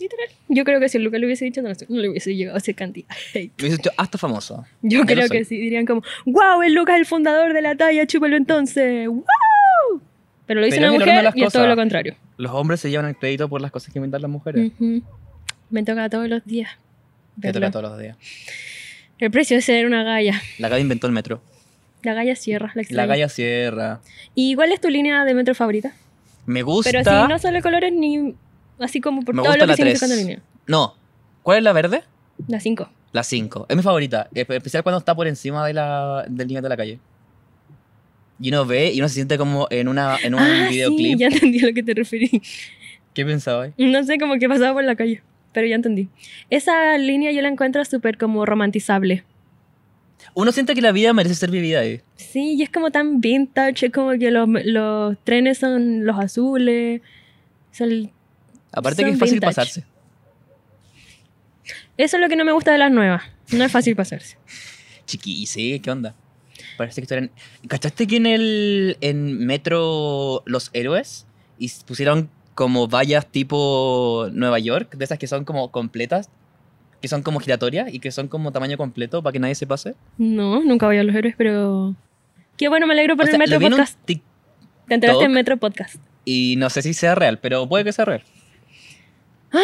[SPEAKER 2] Literal. Yo creo que si el Luca le hubiese dicho, no, no le hubiese llegado esa cantidad. Hey.
[SPEAKER 1] Lo hice yo hasta famoso.
[SPEAKER 2] Yo
[SPEAKER 1] Ya lo
[SPEAKER 2] creo
[SPEAKER 1] soy.
[SPEAKER 2] que sí. Dirían como, wow, el Luca es el fundador de la talla, chúpalo entonces. ¡Wow! Pero lo dice
[SPEAKER 1] Pero es
[SPEAKER 2] una
[SPEAKER 1] el orden de
[SPEAKER 2] mujer
[SPEAKER 1] las
[SPEAKER 2] y es todo
[SPEAKER 1] cosas.
[SPEAKER 2] lo contrario.
[SPEAKER 1] Los hombres se llevan el crédito por las cosas que inventan las mujeres.
[SPEAKER 2] Ujú. Me toca todos los días.
[SPEAKER 1] Que
[SPEAKER 2] verlo.
[SPEAKER 1] toca todos los días.
[SPEAKER 2] El precio es ser una galla.
[SPEAKER 1] La Gaby inventó el metro.
[SPEAKER 2] La galla cierra. La,
[SPEAKER 1] La
[SPEAKER 2] extraño.
[SPEAKER 1] Gaya cierra.
[SPEAKER 2] ¿Y cuál es tu línea de metro favorita?
[SPEAKER 1] Me gusta.
[SPEAKER 2] Pero si no solo colores ni así como por
[SPEAKER 1] Me
[SPEAKER 2] todo
[SPEAKER 1] gusta
[SPEAKER 2] lo que
[SPEAKER 1] la
[SPEAKER 2] significa una
[SPEAKER 1] 3.
[SPEAKER 2] línea.
[SPEAKER 1] No. ¿Cuál es la verde?
[SPEAKER 2] La 5.
[SPEAKER 1] La 5. Es mi favorita. espe- Especial cuando está por encima de la, del nivel de la calle. Y uno ve y uno se siente como en, una, en un
[SPEAKER 2] Ah,
[SPEAKER 1] videoclip.
[SPEAKER 2] sí, ya entendí a lo que te referí.
[SPEAKER 1] ¿Qué pensabas?
[SPEAKER 2] No sé, como que pasaba por la calle, pero ya entendí. Esa línea yo la encuentro súper como romantizable.
[SPEAKER 1] Uno siente que la vida merece ser vivida ahí.
[SPEAKER 2] Sí, y es como tan vintage, es como que los, los trenes son los azules. son-
[SPEAKER 1] Aparte
[SPEAKER 2] Son
[SPEAKER 1] que es fácil
[SPEAKER 2] vintage.
[SPEAKER 1] pasarse.
[SPEAKER 2] Eso es lo que no me gusta de las nuevas. No es fácil pasarse.
[SPEAKER 1] Chiqui, sí, ¿qué onda? Parece que estuvieran... ¿Cachaste que en el en Metro Los Héroes y s- pusieron como vallas tipo Nueva York, de esas que son como completas, que son como giratorias y que son como tamaño completo para que nadie se pase?
[SPEAKER 2] No, nunca voy a los héroes, pero... Qué bueno, me alegro por
[SPEAKER 1] O
[SPEAKER 2] el
[SPEAKER 1] sea,
[SPEAKER 2] Metro
[SPEAKER 1] lo vi en un
[SPEAKER 2] Podcast.
[SPEAKER 1] tic-
[SPEAKER 2] Te enteraste en
[SPEAKER 1] TikTok.
[SPEAKER 2] Metro Podcast.
[SPEAKER 1] y no sé si sea real, pero puede que sea real.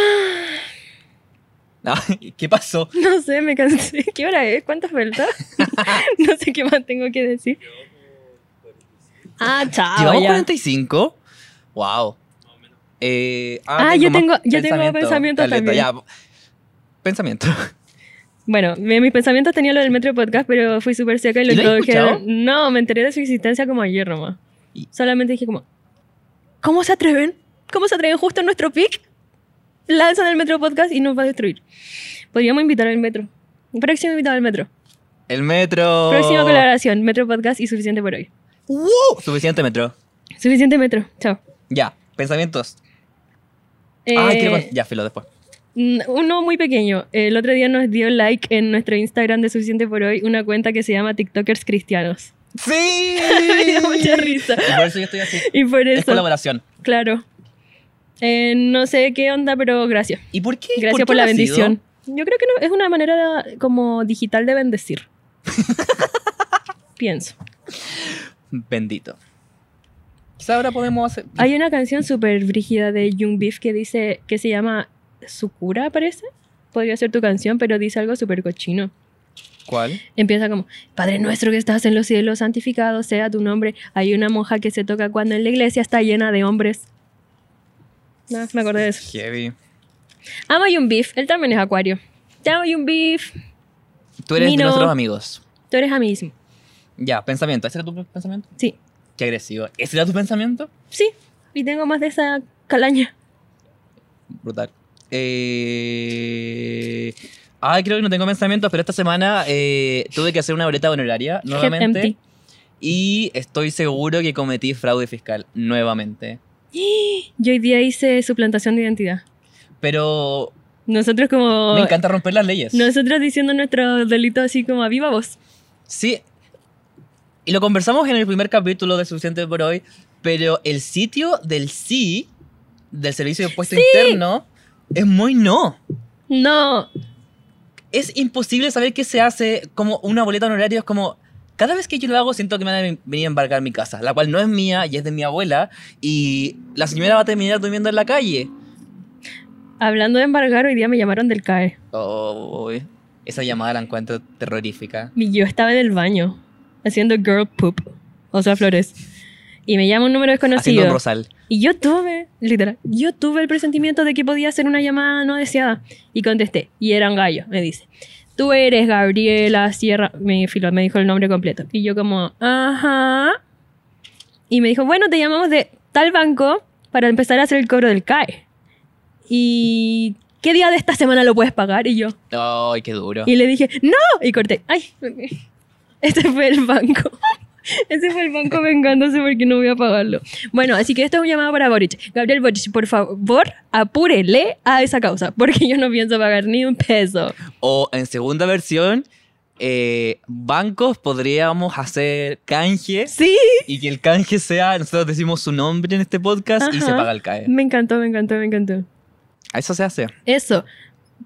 [SPEAKER 1] Ah, ¿Qué pasó?
[SPEAKER 2] No sé, me cansé. ¿Qué hora es? ¿Cuántas falta? no sé qué más tengo que decir. Ah, chao.
[SPEAKER 1] ¿Llevamos
[SPEAKER 2] ya.
[SPEAKER 1] 45? ¡Wow! Eh,
[SPEAKER 2] Ah, yo
[SPEAKER 1] más
[SPEAKER 2] tengo- yo tengo pensamientos
[SPEAKER 1] Caleta,
[SPEAKER 2] también.
[SPEAKER 1] ya. Pensamiento.
[SPEAKER 2] Bueno, de mis pensamientos tenía lo del Metro Podcast, pero fui súper seca y lo
[SPEAKER 1] ¿Y lo has
[SPEAKER 2] introdujeron.
[SPEAKER 1] escuchado?
[SPEAKER 2] No, me enteré de su existencia como ayer nomás.
[SPEAKER 1] Y-
[SPEAKER 2] Solamente dije como, ¿cómo se atreven? ¿Cómo se atreven justo en nuestro pic? Lanzan el Metro Podcast y nos va a destruir. Podríamos invitar al Metro. Próximo invitado al Metro.
[SPEAKER 1] El metro.
[SPEAKER 2] Próxima colaboración, Metro Podcast y suficiente por hoy.
[SPEAKER 1] ¡Wow! Suficiente metro.
[SPEAKER 2] Suficiente Metro, chao.
[SPEAKER 1] Ya, pensamientos. Ay,
[SPEAKER 2] Eh,
[SPEAKER 1] Ah, quiero con- Ya, filo, después.
[SPEAKER 2] Mm, Uno muy pequeño. El otro día nos dio like en nuestro Instagram de Suficiente por Hoy una cuenta que se llama TikTokers Cristianos.
[SPEAKER 1] ¡Sí!
[SPEAKER 2] Me dio mucha risa.
[SPEAKER 1] Y por eso yo estoy así.
[SPEAKER 2] Y por
[SPEAKER 1] Es
[SPEAKER 2] eso,
[SPEAKER 1] colaboración.
[SPEAKER 2] claro. Eh, no sé qué onda, pero gracias.
[SPEAKER 1] ¿Y por qué?
[SPEAKER 2] Gracias por,
[SPEAKER 1] qué
[SPEAKER 2] la
[SPEAKER 1] lo ha sido?
[SPEAKER 2] bendición. Yo creo que no- es una manera de- como digital de bendecir. Pienso.
[SPEAKER 1] Bendito. Quizá ahora podemos hacer.
[SPEAKER 2] Hay una canción súper brígida de Young Beef que dice que se llama Sukura, parece. Podría ser tu canción, pero dice algo súper cochino.
[SPEAKER 1] ¿Cuál?
[SPEAKER 2] Empieza como, Padre nuestro que estás en los cielos, santificado sea tu nombre. Hay una monja que se toca cuando en la iglesia está llena de hombres. No, me acordé de eso.
[SPEAKER 1] Heavy.
[SPEAKER 2] Amo y un beef, él también es acuario. Te amo y un beef,
[SPEAKER 1] Tú eres de
[SPEAKER 2] Mino.
[SPEAKER 1] nuestros amigos.
[SPEAKER 2] tú eres a mí mismo.
[SPEAKER 1] Ya, pensamiento. ¿Ese era tu pensamiento?
[SPEAKER 2] Sí,
[SPEAKER 1] Qué agresivo. ¿Ese era tu pensamiento?
[SPEAKER 2] sí, y tengo más de esa calaña.
[SPEAKER 1] Brutal. Eh... Ay, creo que no tengo pensamientos, pero esta semana eh, tuve que hacer una boleta honoraria
[SPEAKER 2] Head
[SPEAKER 1] nuevamente.
[SPEAKER 2] empty.
[SPEAKER 1] Y estoy seguro que cometí fraude fiscal nuevamente.
[SPEAKER 2] Yo hoy día hice suplantación de identidad.
[SPEAKER 1] Pero
[SPEAKER 2] Nosotros como...
[SPEAKER 1] me encanta romper las leyes.
[SPEAKER 2] Nosotros diciendo nuestro delito así como a viva voz.
[SPEAKER 1] Sí. Y lo conversamos en el primer capítulo de Suficiente por hoy, pero el sitio del sí, del servicio de impuesto interno, es muy no.
[SPEAKER 2] No,
[SPEAKER 1] Es imposible saber qué se hace como una boleta honoraria. Es como, cada vez que yo lo hago siento que me van a venir a embargar mi casa, la cual no es mía y es de mi abuela. Y la señora va a terminar durmiendo en la calle.
[SPEAKER 2] hablando de embargar, hoy día me llamaron del CAE.
[SPEAKER 1] Oh, esa llamada la encuentro terrorífica.
[SPEAKER 2] Y yo estaba en el baño haciendo girl poop, o sea, flores. Y me llama un número
[SPEAKER 1] Haciendo un
[SPEAKER 2] desconocido.
[SPEAKER 1] rosal.
[SPEAKER 2] Y yo tuve, literal, yo tuve el presentimiento de que podía ser una llamada no deseada. Y contesté, y era un gallo, me dice. Tú eres Gabriela Sierra, me, filo- me dijo el nombre completo. Y yo como, ajá. Y me dijo, bueno, te llamamos de tal banco para empezar a hacer el cobro del CAE. ¿Y qué día de esta semana lo puedes pagar? Y yo,
[SPEAKER 1] Ay, qué duro.
[SPEAKER 2] y le dije, ¡No! Y corté. ¡Ay! Este fue el banco. Ese fue el banco vengándose porque no voy a pagarlo. Bueno, así que esto es un llamado para Boric. Gabriel Boric, por favor, apúrele a esa causa porque yo no pienso pagar ni un peso.
[SPEAKER 1] O en segunda versión, eh, bancos podríamos hacer canjes
[SPEAKER 2] Sí.
[SPEAKER 1] y que el canje sea, nosotros decimos su nombre en este podcast y se
[SPEAKER 2] Ajá.
[SPEAKER 1] paga el CAE.
[SPEAKER 2] Me encantó, me encantó, me encantó.
[SPEAKER 1] Eso se hace.
[SPEAKER 2] Eso.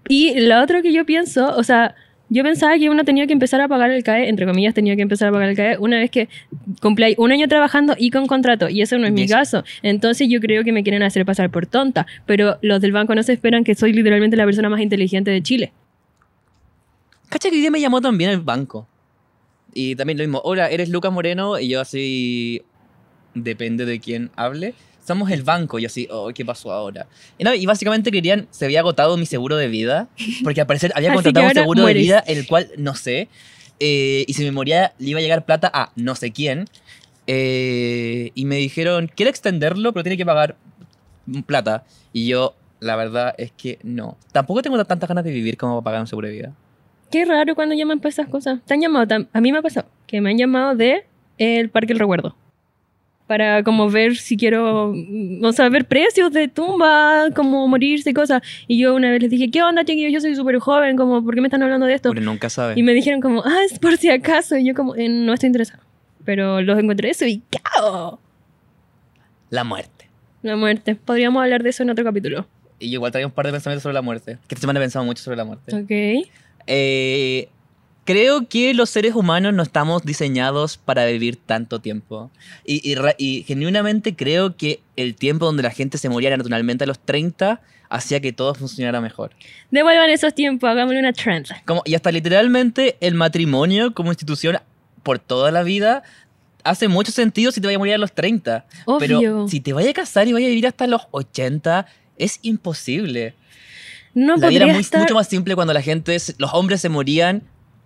[SPEAKER 2] Y lo otro que yo pienso, o sea, yo pensaba que uno tenía que empezar a pagar el CAE, entre comillas, tenía que empezar a pagar el CAE una vez que cumplí un año trabajando y con contrato, y eso no es mi
[SPEAKER 1] Yes.
[SPEAKER 2] caso. Entonces yo creo que me quieren hacer pasar por tonta, pero los del banco no se esperan que soy literalmente la persona más inteligente de Chile.
[SPEAKER 1] Cacha que hoy día me llamó también el banco. Y también lo mismo. Hola, eres Lucas Moreno y yo así. Depende de quién hable. Somos el banco. Y yo así, oh, ¿qué pasó ahora? Y, no, y básicamente querían. Se había agotado mi seguro de vida. Porque al parecer había
[SPEAKER 2] Así que
[SPEAKER 1] contratado un
[SPEAKER 2] ahora
[SPEAKER 1] seguro
[SPEAKER 2] mueres.
[SPEAKER 1] de vida, el cual no sé. eh, y si me moría, le iba a llegar plata a no sé quién. eh, y me dijeron, quiero extenderlo, pero tiene que pagar plata. Y yo, la verdad es que no. Tampoco tengo tantas ganas de vivir como para pagar un seguro de vida.
[SPEAKER 2] Qué raro cuando llaman para esas cosas. Te han llamado, tam- a mí me ha pasado, que me han llamado de eh, el Parque El Recuerdo. Para como ver si quiero, mm, o sea, ver precios de tumba, como morirse y cosas. Y yo una vez les dije, ¿qué onda, chiquillos? Yo soy súper joven, como, ¿por qué me están hablando de esto?
[SPEAKER 1] Uno nunca sabe.
[SPEAKER 2] Y me dijeron como, ah, es por si acaso. Y yo como, "Eh, no estoy interesado. Pero los encontré eso y ¡cao!
[SPEAKER 1] La muerte.
[SPEAKER 2] La muerte. Podríamos hablar de eso en otro capítulo.
[SPEAKER 1] Y yo igual traía un par de pensamientos sobre la muerte. Que esta semana he pensado mucho sobre la muerte.
[SPEAKER 2] Ok.
[SPEAKER 1] Eh, creo que los seres humanos no estamos diseñados para vivir tanto tiempo. Y, y ra- y genuinamente creo que el tiempo donde la gente se moría naturalmente a los 30 hacía que todo funcionara mejor.
[SPEAKER 2] Devuelvan esos tiempos, hagámosle una trend.
[SPEAKER 1] Como, y hasta literalmente el matrimonio como institución por toda la vida hace mucho sentido si te vayas a morir a los 30.
[SPEAKER 2] Obvio.
[SPEAKER 1] Pero si te vayas a casar y vayas a vivir hasta los 80, es imposible.
[SPEAKER 2] no
[SPEAKER 1] la vida era
[SPEAKER 2] podría
[SPEAKER 1] muy-
[SPEAKER 2] estar...
[SPEAKER 1] mucho más simple cuando la gente, se- los hombres se morían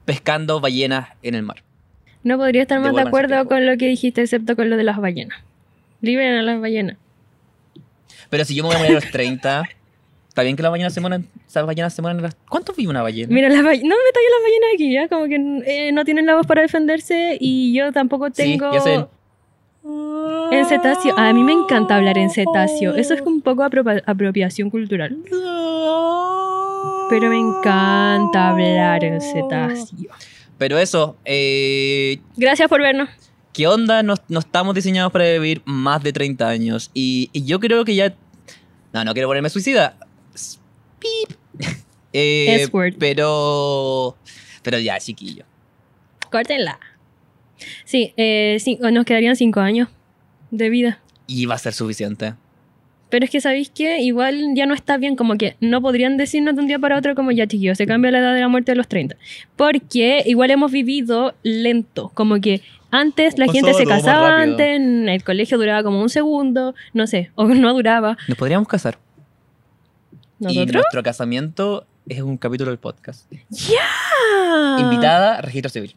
[SPEAKER 1] pescando ballenas en el mar.
[SPEAKER 2] No podría estar más de
[SPEAKER 1] Devuelvan ese
[SPEAKER 2] acuerdo
[SPEAKER 1] tiempo.
[SPEAKER 2] con lo que dijiste, excepto con lo de las ballenas. Liberen a las ballenas.
[SPEAKER 1] Pero si yo me voy a morir a los 30, está bien que las ballenas se mueran. esas ballenas se mueran a las- ¿Cuánto vive una ballena?
[SPEAKER 2] Mira, las ballenas. No me metáis a las ballenas aquí, ya. Como que eh, no tienen la voz para defenderse y yo tampoco
[SPEAKER 1] Sí,
[SPEAKER 2] tengo.
[SPEAKER 1] ya sé.
[SPEAKER 2] En cetáceo. A mí me encanta hablar en cetáceo. Eso es un poco apropa- apropiación cultural. Pero me encanta hablar en cetáceo.
[SPEAKER 1] Pero eso, eh,
[SPEAKER 2] Gracias por vernos.
[SPEAKER 1] ¿qué onda? No, no estamos diseñados para vivir más de 30 años. Y, y yo creo que ya... No, no quiero ponerme suicida. S- pip. Eh,
[SPEAKER 2] S-word.
[SPEAKER 1] pero... Pero ya, chiquillo.
[SPEAKER 2] Córtenla. Sí, eh, cin- nos quedarían cinco años de vida.
[SPEAKER 1] Y va a ser suficiente.
[SPEAKER 2] Pero es que sabéis que igual ya no está bien, como que no podrían decirnos de un día para otro como ya chiquillos, se cambia la edad de la muerte a los 30. Porque igual hemos vivido lento, como que antes la
[SPEAKER 3] Pasaba
[SPEAKER 2] gente se
[SPEAKER 3] todo más
[SPEAKER 2] casaba,
[SPEAKER 3] rápido.
[SPEAKER 2] antes en el colegio duraba como un segundo, no sé, o no duraba.
[SPEAKER 1] Nos podríamos casar. Y
[SPEAKER 2] ¿Nosotros?
[SPEAKER 1] nuestro casamiento es un capítulo del podcast.
[SPEAKER 2] Ah,
[SPEAKER 1] Invitada, a registro civil.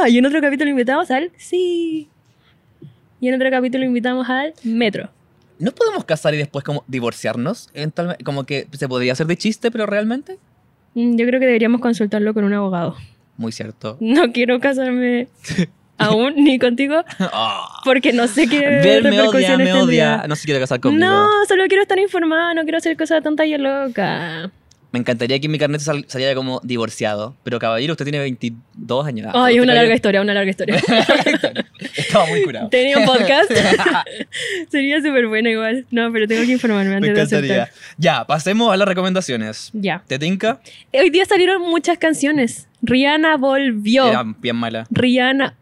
[SPEAKER 2] ah, Y en otro capítulo invitamos al sí. Y en otro capítulo invitamos al metro.
[SPEAKER 1] ¿No podemos casar y después como divorciarnos? Eventualmente, Como que se podría hacer de chiste, pero realmente.
[SPEAKER 2] Mm, Yo creo que deberíamos consultarlo con un abogado.
[SPEAKER 1] Muy cierto.
[SPEAKER 2] No quiero casarme aún ni contigo
[SPEAKER 1] Ah.
[SPEAKER 2] porque no sé qué
[SPEAKER 1] Ver me odia,
[SPEAKER 2] Eh, repercusiones
[SPEAKER 1] me odia.
[SPEAKER 2] tendría.
[SPEAKER 1] No se quiere casar conmigo.
[SPEAKER 2] No, solo quiero estar informada, no quiero hacer cosas tontas y loca.
[SPEAKER 1] Me encantaría que mi carnet sal- saliera como divorciado. Pero caballero, usted tiene 22 años. Ah,
[SPEAKER 2] Ay,
[SPEAKER 1] usted,
[SPEAKER 2] una larga
[SPEAKER 1] caballero,
[SPEAKER 2] historia, una larga historia.
[SPEAKER 1] Estaba muy curado.
[SPEAKER 2] Tenía un podcast. Sería súper bueno igual. No, pero tengo que informarme
[SPEAKER 1] Me
[SPEAKER 2] antes de
[SPEAKER 1] encantaría.
[SPEAKER 2] aceptar.
[SPEAKER 1] Ya, pasemos a las recomendaciones.
[SPEAKER 2] Ya.
[SPEAKER 1] ¿Te tinca?
[SPEAKER 2] Hoy día salieron muchas canciones. Rihanna volvió.
[SPEAKER 1] Era bien mala.
[SPEAKER 2] Rihanna.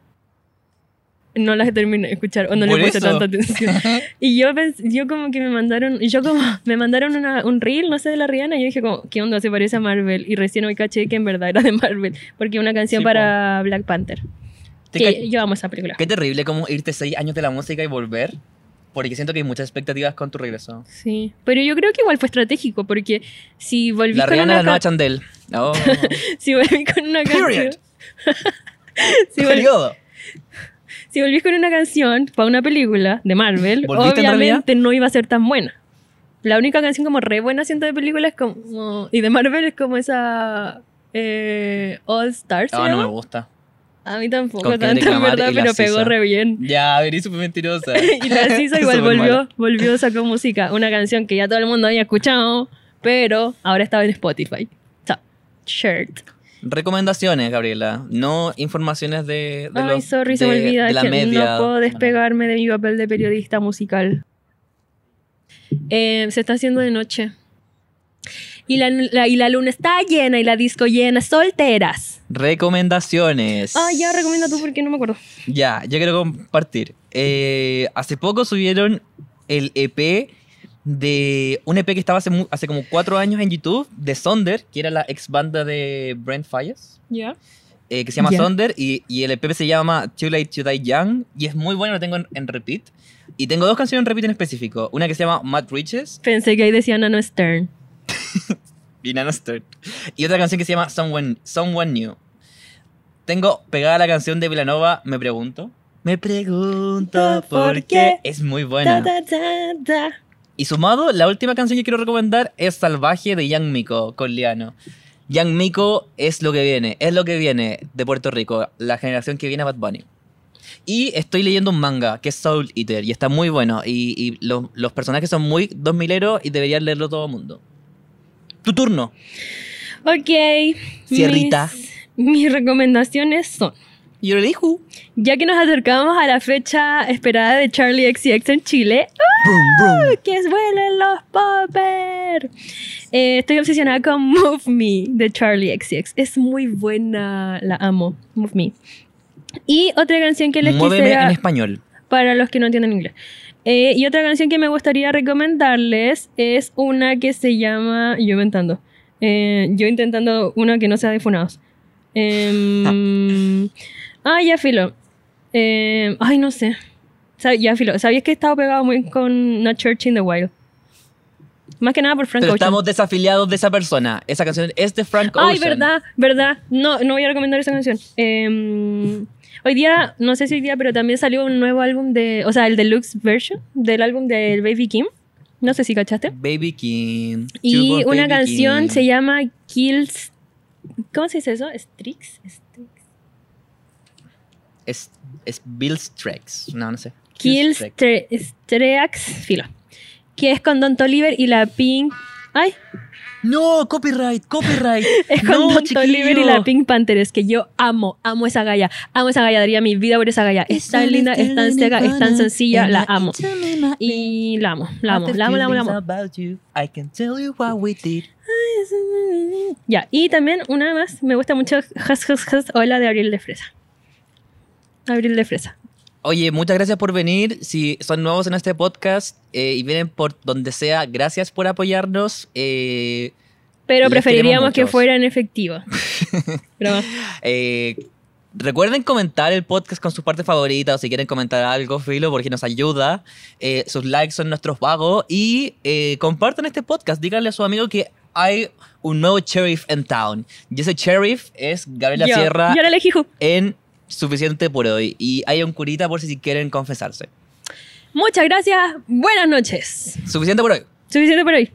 [SPEAKER 2] No las terminé de escuchar o no
[SPEAKER 1] Por
[SPEAKER 2] le puse
[SPEAKER 1] eso.
[SPEAKER 2] tanta atención. Y yo pens- yo como que me mandaron, yo como me mandaron una- un reel, no sé, de la Rihanna, y yo dije como, ¿qué onda? Se parece a Marvel. Y recién hoy caché que en verdad era de Marvel, porque una canción
[SPEAKER 1] Sí,
[SPEAKER 2] para Black Panther.
[SPEAKER 1] Te
[SPEAKER 2] que
[SPEAKER 1] ca-
[SPEAKER 2] yo amo esa película.
[SPEAKER 1] Qué terrible como irte seis años de la música y volver. Porque siento que hay muchas expectativas con tu regreso.
[SPEAKER 2] Sí. Pero yo creo que igual fue estratégico, porque si volví
[SPEAKER 1] La
[SPEAKER 2] con
[SPEAKER 1] Rihanna es
[SPEAKER 2] una
[SPEAKER 1] la nueva
[SPEAKER 2] ca-
[SPEAKER 1] Chandel. Oh,
[SPEAKER 2] si volví con una canción,
[SPEAKER 1] Period.
[SPEAKER 2] si, vol-
[SPEAKER 1] Periodo.
[SPEAKER 2] si volví con una canción para una película de Marvel,
[SPEAKER 1] ¿Volviste en
[SPEAKER 2] obviamente no iba a ser tan buena. La única canción como re buena siento de películas como y de Marvel es como esa eh, All Stars. ¿se
[SPEAKER 1] Ah, no
[SPEAKER 2] llama?
[SPEAKER 1] me gusta.
[SPEAKER 2] A mí tampoco
[SPEAKER 1] Con
[SPEAKER 2] tanto,
[SPEAKER 1] Kendrick
[SPEAKER 2] en
[SPEAKER 1] Lamar
[SPEAKER 2] verdad,
[SPEAKER 1] y la
[SPEAKER 2] pero pegó
[SPEAKER 1] Sisa.
[SPEAKER 2] re bien.
[SPEAKER 1] Ya, verí súper mentirosa.
[SPEAKER 2] Y la Sisa igual
[SPEAKER 1] Súper
[SPEAKER 2] volvió,
[SPEAKER 1] mala.
[SPEAKER 2] volvió, sacó música, una canción que ya todo el mundo había escuchado, pero ahora estaba en Spotify. So, shirt.
[SPEAKER 1] Recomendaciones, Gabriela. No informaciones de, de
[SPEAKER 2] Ay,
[SPEAKER 1] los-
[SPEAKER 2] sorry, se
[SPEAKER 1] de-
[SPEAKER 2] me olvida
[SPEAKER 1] de la
[SPEAKER 2] que
[SPEAKER 1] media.
[SPEAKER 2] no puedo despegarme de mi papel de periodista musical. Eh, se está haciendo de noche. Y la, la- y la luna está llena y la disco llena, solteras.
[SPEAKER 1] Recomendaciones.
[SPEAKER 2] Ah, ya recomienda tú porque no me acuerdo.
[SPEAKER 1] Ya, yo quiero compartir. Eh, hace poco subieron el EP de un EP que estaba hace, mu- hace como cuatro años en YouTube de Sonder, que era la ex banda de Brent Fires,
[SPEAKER 2] Ya.
[SPEAKER 1] eh, que se llama
[SPEAKER 2] Ya.
[SPEAKER 1] Sonder y, y el EP se llama Too Late to Die Young y es muy bueno, lo tengo en, en repeat. Y tengo dos canciones en repeat en específico, una que se llama Mad Riches
[SPEAKER 2] Pensé que ahí decía Nano Stern.
[SPEAKER 1] y Nana Sturt, y otra canción que se llama Someone, Someone New. Tengo pegada la canción de Villanova, me pregunto. Me pregunto por qué. Es muy buena.
[SPEAKER 2] Ta, ta, ta, ta.
[SPEAKER 1] Y sumado, la última canción que quiero recomendar es Salvaje de Yang Miko con Liano. Yang Miko es lo que viene, es lo que viene de Puerto Rico, la generación que viene a Bad Bunny. Y estoy leyendo un manga que es Soul Eater y está muy bueno. Y, y los, los personajes son muy dos mileros y deberían leerlo todo el mundo. Tu turno.
[SPEAKER 2] Ok.
[SPEAKER 1] Sierrita.
[SPEAKER 2] Mis, mis recomendaciones son,
[SPEAKER 1] Yo le dije. Boom,
[SPEAKER 2] ya que nos acercamos a la fecha esperada de Charlie XCX en Chile, ¡uh!
[SPEAKER 1] boom.
[SPEAKER 2] que es vuelen los poppers. Eh, estoy obsesionada con Move Me de Charlie XCX. Es muy buena, la amo. Move Me. Y otra canción que les
[SPEAKER 1] Muéveme en
[SPEAKER 2] quisiera
[SPEAKER 1] español.
[SPEAKER 2] para los que no entienden inglés. Eh, y otra canción que me gustaría recomendarles es una que se llama Yo inventando. Eh, yo intentando una que no sea de funados. Em, ah, ya filo. Em, ay, no sé. Sa- ya filo. ¿Sabías que he estado pegado muy con No Church in the Wild? Más que nada por Frank
[SPEAKER 1] Pero
[SPEAKER 2] Ocean.
[SPEAKER 1] estamos desafiliados de esa persona. Esa canción es de Frank Ocean.
[SPEAKER 2] Ay, verdad, verdad. No, no voy a recomendar esa canción. Em, hoy día, no sé si hoy día, pero también salió un nuevo álbum de, o sea, el deluxe version del álbum del Baby Kim. No sé si cachaste.
[SPEAKER 1] Baby King.
[SPEAKER 2] Y
[SPEAKER 1] Sugar
[SPEAKER 2] una
[SPEAKER 1] Baby
[SPEAKER 2] canción
[SPEAKER 1] King.
[SPEAKER 2] se llama Kills. ¿Cómo se dice eso? Strix. Strix.
[SPEAKER 1] Es, es Bill's Tracks. No, no sé.
[SPEAKER 2] Kills
[SPEAKER 1] Tracks.
[SPEAKER 2] Tre- Strax, filo. Que es con Don Toliver y la Pink. Ay,
[SPEAKER 1] No, copyright, copyright.
[SPEAKER 2] Es con
[SPEAKER 1] no,
[SPEAKER 2] Don Toliver y la
[SPEAKER 1] chiquillo.
[SPEAKER 2] Pink Panther, es que yo amo, amo esa galla, amo esa galla, daría mi vida por esa galla. Es tan linda, es tan seca, es tan sencilla, la amo. Y la amo, la amo, la amo, la amo, la amo.
[SPEAKER 1] About you, I can tell you what we did.
[SPEAKER 2] Ya, y también una más, me gusta mucho Has Has Has Hola de Abril de Fresa. Abril de Fresa.
[SPEAKER 1] Oye, muchas gracias por venir. Si son nuevos en este podcast eh, y vienen por donde sea, gracias por apoyarnos. Eh,
[SPEAKER 2] Pero
[SPEAKER 1] Les
[SPEAKER 2] preferiríamos
[SPEAKER 1] queremos
[SPEAKER 2] que
[SPEAKER 1] muchos.
[SPEAKER 2] fuera en efectivo. Broma.
[SPEAKER 1] eh, recuerden comentar el podcast con sus partes favoritas o si quieren comentar algo, Filo, porque nos ayuda. Eh, sus likes son nuestros vagos y eh, compartan este podcast. Díganle a su amigo que hay un nuevo sheriff en town. Y ese sheriff es Gabriela
[SPEAKER 2] Yo-
[SPEAKER 1] Sierra
[SPEAKER 2] Yo la elegí. ju.
[SPEAKER 1] en Suficiente por hoy. Y hay un curita por si quieren confesarse.
[SPEAKER 2] Muchas gracias. Buenas noches.
[SPEAKER 1] Suficiente por hoy.
[SPEAKER 2] Suficiente por hoy.